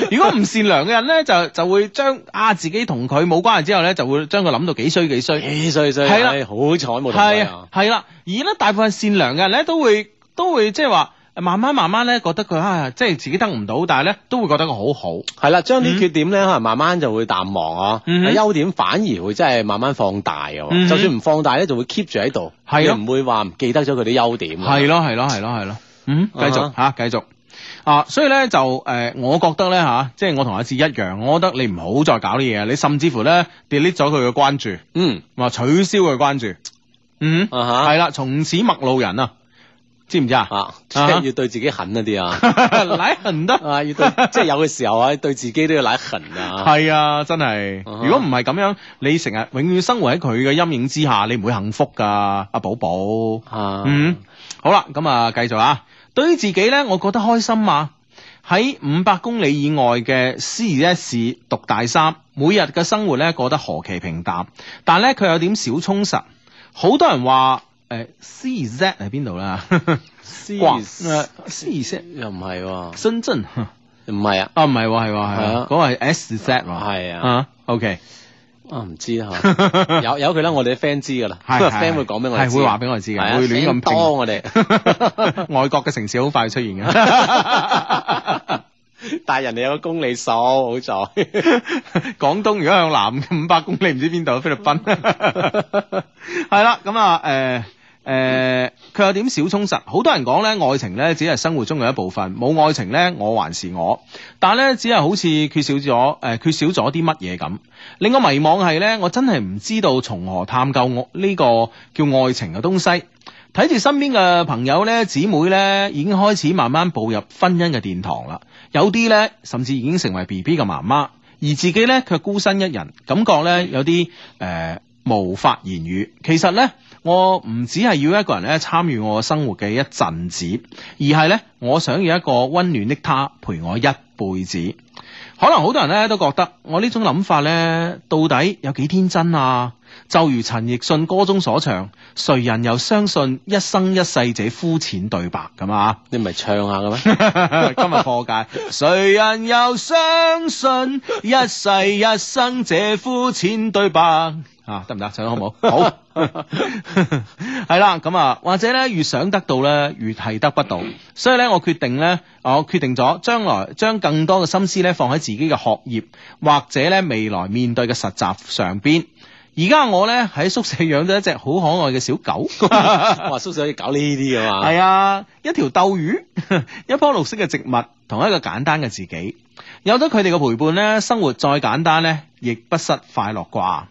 如果唔善良嘅人咧，就就會將啊自己同佢冇關係之後咧，就會將佢諗到幾衰幾衰。幾歲歲係啦唉好彩冇係同佢啊啊，，係啦，而咧大部分善良嘅人咧，都會都會即係話慢慢慢慢咧，覺得佢啊，即係自己得唔到，但係咧都會覺得佢好好。係啦，將嗯啲缺點咧可能慢慢就會淡忘啊，嗯哼優點反而會真係慢慢放大嗯啊，哼就算唔放大咧就會 keep 住喺度，係你咯唔會話唔記得咗佢啲優點啊，係咯，係咯，係咯，係咯。嗯，繼續啊吓，繼續。啊，所以咧就誒、呃我覺得咧吓、即係我同阿志一樣，我覺得你唔好再搞呢嘢，你甚至乎咧 delete 咗佢嘅關注，嗯話取消佢嘅關注。嗯，啊嚇係啦，從此陌路人啊，知唔知啊？啊，即啊係哈要對自己狠一啲啊。 奶痕得啊，要對即係有嘅時候啊，對自己都要奶痕啊。係啊，真係。啊哈如果唔係咁樣，你成日永遠生活喺佢嘅陰影之下，你唔會幸福噶，阿寶寶。啊，嗯，好啦，咁啊，繼續啊。對於自己呢，我覺得開心啊。喺五百公里以外嘅 C 二一市讀大三，每日嘅生活呢過得何其平淡，但呢，佢有點小充實。好多人話誒 C 二 Z 喺邊度 啦？哇廣誒 C 二 Z 又唔係喎，深圳唔係啊，啊，唔係喎，係喎，係係啊啊，嗰個係 S Z 喎，係啊啊，OK。 啊唔知嚇， 有有佢啦，我哋啲 friend 知噶啦係係，friend 會講俾我哋係知，會話俾我哋知嘅係啊會亂咁 friend 多我哋， 外國嘅城市好快出現嘅。但係人哋有個公里數，好在 廣東如果向南五百公里唔知邊度，菲律賓。係啦，咁啊，誒、诶，佢、有點小充實。好多人講咧，愛情咧只係生活中嘅一部分，冇愛情咧，我還是我。但咧，只係好似缺少咗诶、誒缺少咗啲乜嘢咁。令我迷茫係咧，我真係唔知道從何探究我呢、個叫愛情嘅東西。睇住身邊嘅呃朋友咧，姊妹咧，已經開始慢慢步入婚姻嘅殿堂啦。有啲咧，甚至已經成為 B B 嘅媽媽，而自己咧卻孤身一人，感覺咧有啲诶、呃、無法言語。其實咧，我唔只係要一個人咧參與我生活嘅一陣子，而係咧我想要一個温暖的他陪我一輩子。可能好多人咧都覺得我呢種諗法咧，到底有幾天真啊？就如陳奕迅歌中所唱，誰人又相信一生一世這膚淺對白咁啊？你唔係唱下嘅咩？ 今日破戒，誰人又相信一世一生這膚淺對白？啊，得唔得？唱得好唔好？ 好，係啦，咁啊，或者咧越想得到咧，越係得不到，所以咧我決定咧，我決定咗將來將更多嘅心思咧放喺自己嘅學業或者咧未來面對嘅實習上邊。而家我咧喺宿舍養咗一隻好可愛嘅小狗。 哇，叔叔可以搞呢啲嘅嘛？系啊，一條鬥魚， 一棵綠色嘅植物，同一個簡單嘅自己。有咗佢哋嘅陪伴咧，生活再簡單咧，亦不失快樂啩。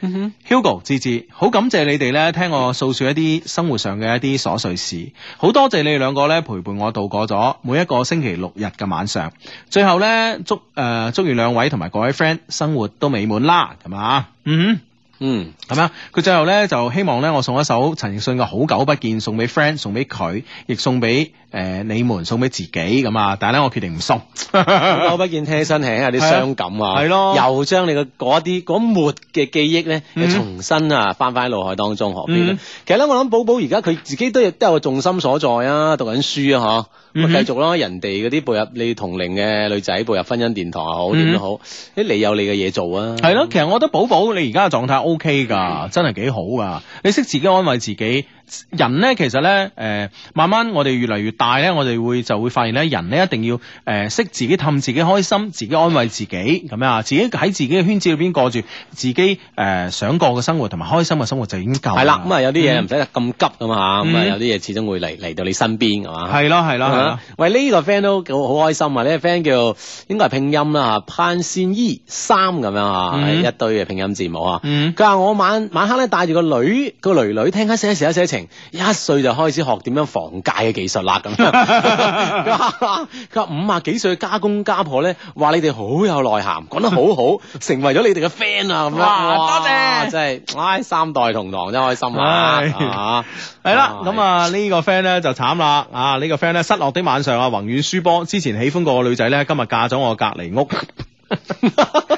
嗯 Hugo 志志，好感謝你哋咧，聽我訴說一啲生活上嘅一啲瑣碎事，好多謝你兩個咧陪伴我度過咗每一個星期六日嘅晚上。最後咧，祝誒、呃祝願兩位同埋各位 friend 生活都美滿啦，咁啊，嗯哼。嗯，咁啊，佢最後咧就希望咧，我送一首陳奕迅嘅《好久不見》送俾 friend，送俾佢，亦送俾誒、呃你們，送俾自己咁啊。但係咧，我決定唔 送。好久不見，聽起身係有啲傷感啊，係咯又將你嘅嗰啲嗰抹嘅記憶咧，嗯又重新啊翻翻腦海當中，何必咧嗯？其實咧，我諗寶寶而家佢自己都有都有個重心所在啊，讀緊書啊，嗬，咁嗯哼啊繼續啦，人哋嗰啲步入你同齡嘅女仔步入婚姻殿堂又好，點都好，誒你有你嘅嘢做啊，嗯係咯，其實我覺得寶寶你而家嘅狀態 O K 㗎，真係幾好㗎。你識自己安慰自己。人咧其實咧，誒、慢慢我哋越嚟越大咧，我哋會就會發現咧，人咧一定要誒、識自己氹自己開心，自己安慰自己咁樣啊，自己喺自己嘅圈子裏邊過住自己誒、想過嘅生活同埋開心嘅生活就已經夠係啦，咁啊有啲嘢嗯唔使咁急噶嘛，咁啊嗯有啲嘢始終會嚟嚟到你身邊係嘛。系咯系咯系咯啊，喂，呢、個 friend 都好好開心啊！呢、個 friend 叫應該係拼音啦，潘仙依三咁樣啊，嗯一堆嘅拼音字母啊。嗯佢話我晚晚黑咧帶住個女個女女聽緊寫寫寫情，一歲就開始學點樣防戒嘅技術啦咁 樣。佢話佢話五啊幾歲嘅家公家婆咧話你哋好有內涵，講得好 好，成為咗你哋嘅 friend 啊咁樣。哇多謝真係唉三代同堂真係開心啊！唉啊系啦，咁啊呢個 friend 咧就慘啦，啊呢個 friend 咧失落的晚上啊，宏遠輸波，之前喜歡過個女仔咧，今日嫁咗我隔離屋，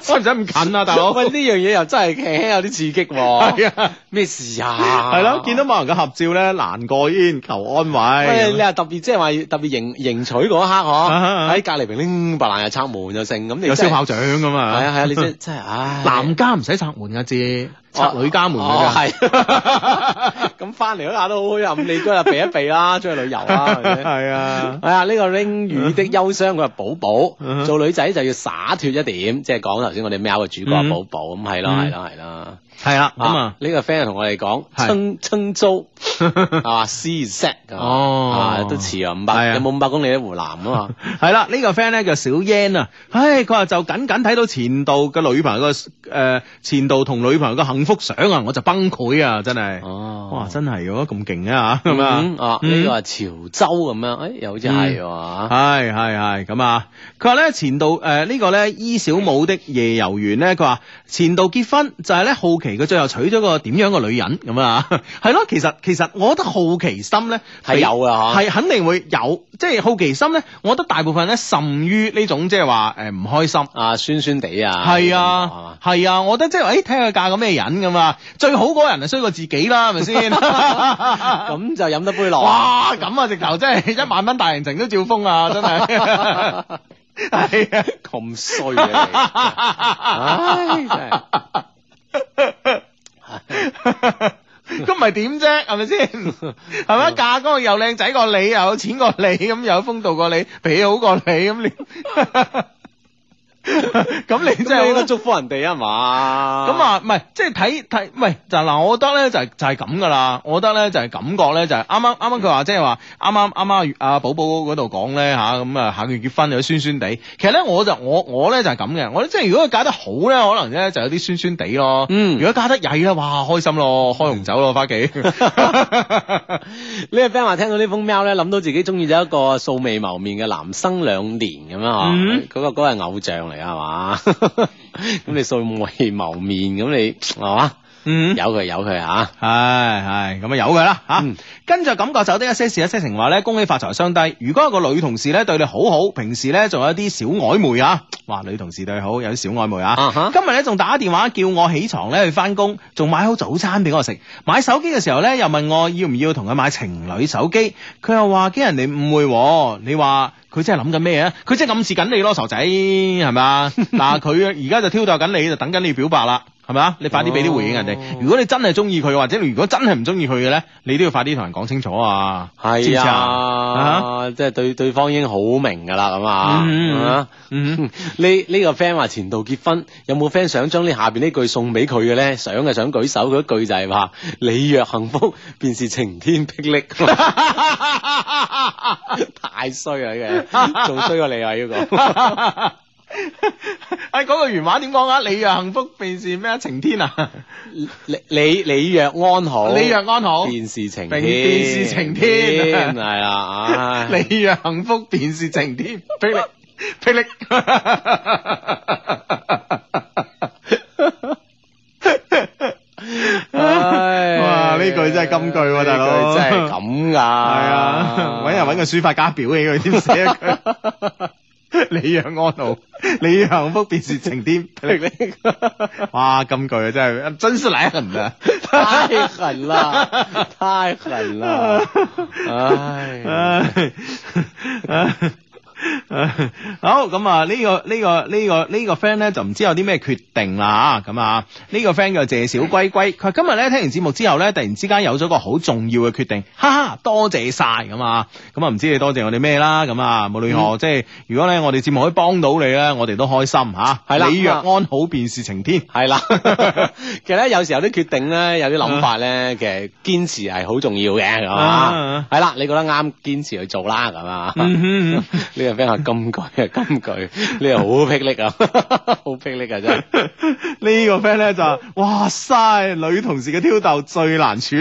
使唔使咁近啊，大佬？ 喂，呢樣嘢又真係輕輕有啲刺激喎。係啊，咩事啊？係咯，見到。某人嘅合照咧，難過煙，求安喂，慰你。話特別即係話要特別迎迎娶嗰一刻嗬，啊啊喺隔離平拎白爛又拆門又剩，咁你有真燒係炮仗咁係啊啊！係啊，你真係真係唉， 男家唔使拆門噶啫，拆女家門啊哦噶啫。係 咁翻嚟嗰下都好暗，你嗰日避一避啦， 出去旅遊啦，係咪 係啊，係啊，呢個英語的憂傷，佢話寶嗯寶哼做女仔就要灑脱一點，即係講頭先我哋喵嘅主角嗯寶寶咁係咯嗯係咯係啦。係啦，咁啊啊，。呢個 friend 同我哋講，係春春租 啊，C Z 哦啊，都遲啊，五係百啊有冇五百公里喺湖南啊嘛？系啦，呢、個 friend 咧叫小 Yan 啊，唉，佢話就僅僅睇到前度嘅女朋友個誒、呃前度同女朋友嘅幸福相啊，我就崩潰啊，真係，哦哇，真係嘅，咁勁啊咁啊！嗯啊，嗯呢個係潮州咁樣，誒，又好似係喎啊係係係咁啊！佢話咧前度誒、呃呢個咧伊小舞的夜遊園咧，佢話前度結婚就係咧好奇佢最後娶咗個點樣嘅女人咁啊！係咯，其實其實我覺得好奇心咧係有啊㗎嗬係肯定會有，即係好奇心咧，我覺得大部分咧甚於呢種即係話誒唔開心。啊，酸酸地啊，係咁講係啊嘛，係啊，我覺得即係，誒，睇下佢嫁個咩人咁啊，最好嗰個人係衰過自己啦，係咪 先？咁就飲得杯落。哇，咁啊，直頭 真係一萬蚊大人情都照封啊，真係。係啊。咁衰啊嘅你，唉，真係咁咪點啫？係咪先？係 咪嫁嗰個又靚仔過你，又有錢過你，咁又有風度過你，脾氣好過你，咁你 咁你即真係係好應該祝福人哋啊嘛。咁，啊，唔係，即係睇睇，唔係就嗱，我覺得咧就係、就係咁噶啦，我覺得咧就係、感覺咧就係啱啱啱啱佢話即係話啱啱啱啱阿寶寶嗰度講咧吓，咁啊下個月結婚有啲酸酸地，其實咧我就我我咧就係咁嘅，我即係如果佢嫁得好咧，可能咧就有啲酸酸地咯，嗯如果嫁得曳咧，哇開心咯，開紅酒咯，翻屋企。 呢個 friend 話聽到呢封 mail 咧，諗到自己中意咗一個素未謀面嘅男生兩年咁樣啊，嗯嗰個嗰個係偶像嚟啊㗎係嘛？ 咁你素未謀面，咁你係嘛？ 嗯由佢啊由佢嚇。 唉，係咁啊，由佢啦吓嗯。跟住感覺就啲一些事一些情話咧，恭喜發財相低。如果有個女同事咧對你好好，平時咧仲有啲小曖昧啊，哇，女同事對佢好有啲小曖昧啊。啊哈今日咧仲打電話叫我起床咧去翻工，仲買好早餐俾我食。買手機嘅時候咧又問我要唔要同佢買情侶手機，佢又話驚人哋誤會喎。你話佢真係諗緊咩啊？佢真係暗示緊你咯，傻仔係咪 啊？嗱，佢而家就挑逗緊你，就等緊你表白啦，係咪啊？你快啲俾啲回應人哋哦。如果你真係中意佢，或者你如果真係唔中意佢嘅咧，你都要快啲同人講清楚啊！知唔系知啊，即系對對方已經好明噶啦，咁嗯啊， 嗯，呢呢個 friend 話前度結婚，有冇 friend 想將呢下邊呢句送俾佢嘅咧？想嘅想舉手，佢一句就係話：你若幸福，便是晴天霹 靂。太衰啦呢個，仲衰過你啊呢個。 哎，嗰個原話點講啊？你若幸福，便是咩啊？晴天啊！你你你若安好，你若安好，便是晴天，便便是晴天 係啦，唉 你若幸福，便是晴 天。霹靂， 霹靂。唉哇呢句真係金句喎大佬呢句真係咁噶，係系啊，搵人搵個書法家表起佢，添寫啊一句。 你若安好，你若幸福，便是晴天 霹靂。 哇，金句啊，真係真是奶痕 啊！太狠 啦，太狠啦，啊唉，唉唉唉哎好咁啊！呢、個呢、個呢、個呢、個 friend 咧就唔知有啲咩決定啦咁啊！呢、個 friend 叫謝小龜龜，佢話今日咧聽完節目之後咧，突然之間有咗個好重要嘅決定，哈哈！多謝晒咁啊！咁啊唔知你多謝我哋咩啦咁啊！無論如何，即係如果咧我哋節目可以幫到你咧，我哋都開心吓。係啦你若咁安好便是晴天。係啦， 其實咧有時候啲決定咧，有啲諗法咧，其實堅持係好重要嘅，係嘛啊，係啦，你覺得啱，堅持去做啦，咁啊。嗯哼。呢個 friend 話金句啊，金句，呢個好霹靂啊， 好霹靂啊，真係。 呢個 friend 咧就話：哇塞，女同事嘅挑逗最難處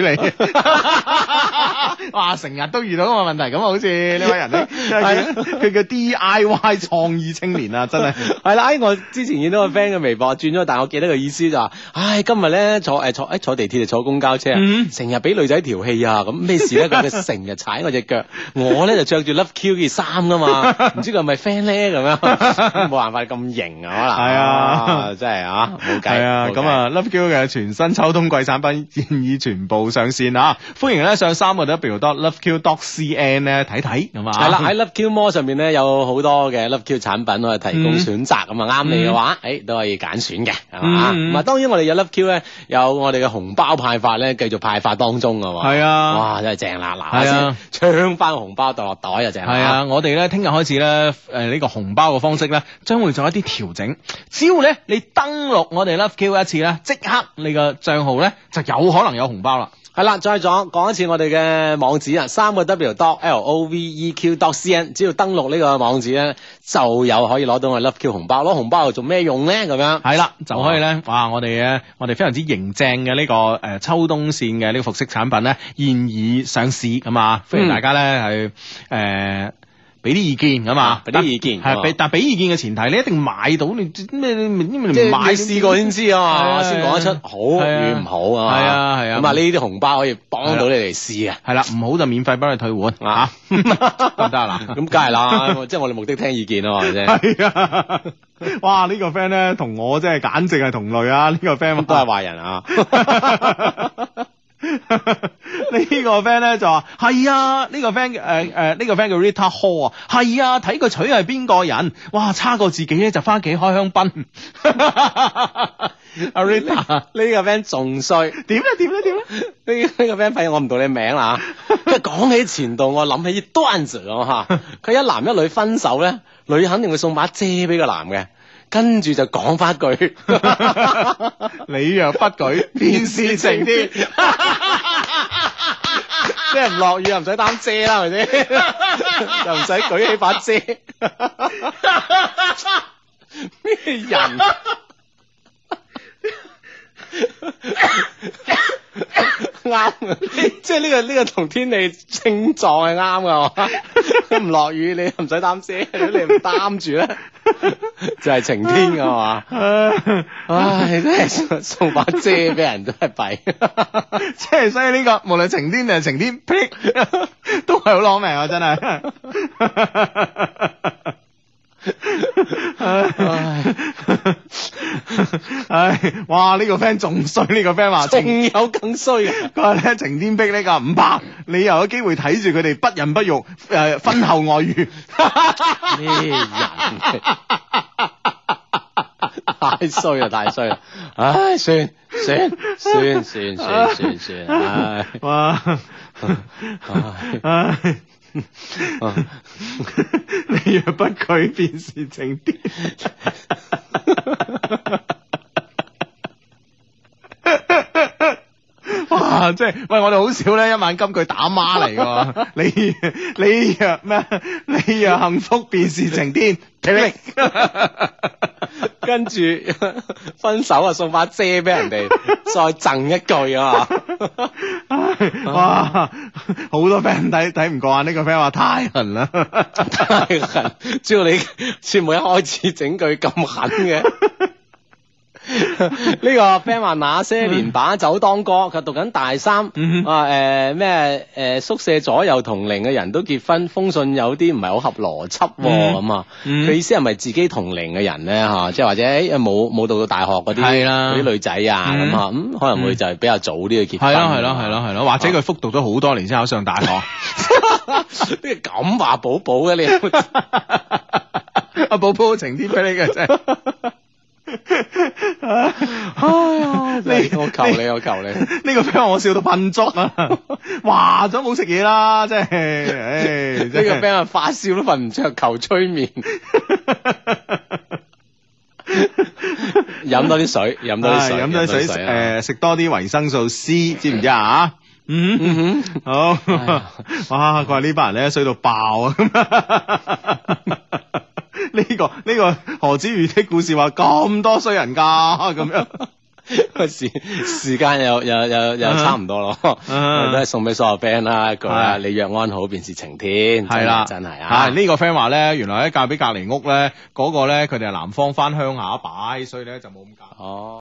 理。 哇，成日都遇到咁嘅問題，咁啊，好似呢位 人咧，佢叫佢叫 D I Y 創意青年啊，真係。 係啦，哎我之前見到個 friend 嘅微博轉咗，但我記得個意思就話、唉，今日咧坐誒坐誒坐地鐵就坐公交車啊嗯，成日俾女仔調戲啊，咁咩事咧？佢佢成日踩我只腳，我咧就着住 Love Q 嘅衫 噶嘛，唔知佢係咪 friend 咧咁樣， 冇辦法咁型啊，可能係啊真 係啊，冇計，係啊，冇計咁。啊，Love Q 嘅全新秋冬季產品現已全部上線啊！歡迎咧上三個 W dot Love Q dot C N 咧睇睇，咁啊。係啦，喺 Love Q Mall 上面咧有好多嘅 Love Q 產品可以提供嗯選擇，咁啊啱你嘅話，誒都可以揀選嘅，係嘛？嗯嗯咁啊當然我哋有 Love Q 咧，有我哋嘅紅包派發咧，繼續派發當中啊嘛。係啊哇真係正啦，嗱係啊嗱先搶翻紅包袋落袋啊，正係啊，，我哋咧聽日開始咧，誒、呢、個紅包嘅方式咧，將會做一啲調整。只要咧你登錄我哋 Love Q 一次咧，即刻你個帳號咧就有可能有紅包啦。係啦，再講講一次我哋嘅網址啊，三個 W dot L O V E Q dot C N，只要登錄呢個網址咧，就有可以攞到我哋 Love Q 紅包。攞啊紅包又做咩用咧？咁樣。係啦，就可以咧，哦哇！我哋嘅我哋非常之型正嘅呢、個誒、呃秋冬線嘅呢個服飾產品咧，現已上市咁啊！歡迎大家咧係誒。俾啲意見咁啊啊，俾啲意見係俾啊但俾意見嘅前提，你一定買到你咩？你你即你係唔買買試過先知啊係嘛，啊先講得出好與唔好啊嘛。係啊係啊咁啊呢啲紅包可以幫到你哋試啊。係啦，唔好就免費幫你退換啊啊，得 唔得啊 咁嗱？梗係啦，即係我哋目的聽意見 啊嘛，係咪先？系啊，哇！呢、個 friend 咧同我真係簡直係同類啊！呢、個 friend 咁都係壞人啊！ 呢個 friend 咧就話係啊，呢、個 friend 誒誒呢個 friend 叫 Rita Hall 啊，係啊，睇佢娶係邊個人，哇，差過自己咧就翻屋企開香 檳。阿 Rita 呢個 friend 仲衰，呢 點咧點咧點咧？呢個 friend 費我唔到你名 啊啦嚇。即係講起前度，我諗起啲段子咁嚇，佢一男一女分手咧，女肯定會送把遮俾個男嘅，跟住就講翻句。你若不舉，便是晴天。 即係唔落雨又唔使擔遮啦，係咪先？又唔使舉起把遮。咩人？啊啱嘅，即係呢個呢個同天氣症狀係啱噶，係嘛唔落雨你又唔使擔遮，如果你唔擔住咧，就係晴天噶嘛。唉，真係送送把遮俾人都係弊。 即係所以呢、個無論晴天定係晴天，呸 都係好攞命啊！真係。唉，唉，哇！呢、個 friend 仲衰，呢、個 friend 話啊晴仲有更衰嘅，佢話咧晴天霹靂啊，五百，你又有機會睇住佢哋不孕不育，诶、婚後外遇，咩人？太衰啦，太衰啦！唉，算算算算算算算，Ờ. 唉，哇！唉唉，Ờ. 你若不拒，便是晴天。哇！即係喂，我哋好少咧一晚金句打孖嚟噶，你你若咩？你若幸福，便是晴天。霹靂跟住分手啊，送把遮俾人哋，再贈一句啊！哇！好多 friend 睇睇唔慣呢個 friend 話太痕啦，太狠！只要你節目一開始整句咁狠嘅。呢個 friend 話那些年把酒當歌，佢讀緊大三，嗯 啊誒咩誒宿舍左右同齡嘅人都結婚，封信有啲唔係好合邏輯喎嗯咁啊，嗯佢意思係咪自己同齡嘅人咧嚇，即係或者誒冇冇讀到大學嗰啲係啦嗰啲女仔啊嗯咁啊，咁可能會就係比較早啲去結婚，係咯係咯係咯係咯，或者佢復讀咗好多年先考上大學。 呢個咁話寶寶嘅你。 阿寶寶晴天俾你嘅真係。 哎呀你我求你，我求你。呢個 friend 我笑到噴足 啊！話咗冇食嘢啦，真 係，唉，呢呢個 friend 發燒都瞓唔着，求催眠。飲多啲水， 飲多啲水，飲多啲水，啊。誒食多啲維生素 C，知唔知啊？嗯，嗯哼，好呀，哇！佢話呢班人咧衰到爆 啊！呢個呢個何子瑜的故事話咁多衰人㗎，咁樣。時時間又又又又差唔多咯，我嗯哋都係送俾所有 friend 啦一句啊，係你若安好便是晴天，係啦， 真係真係啊係，呢個 friend 話咧，原來咧嫁俾隔離屋咧，嗰個咧佢哋係南方翻鄉下擺，所以咧就冇咁嫁。哦。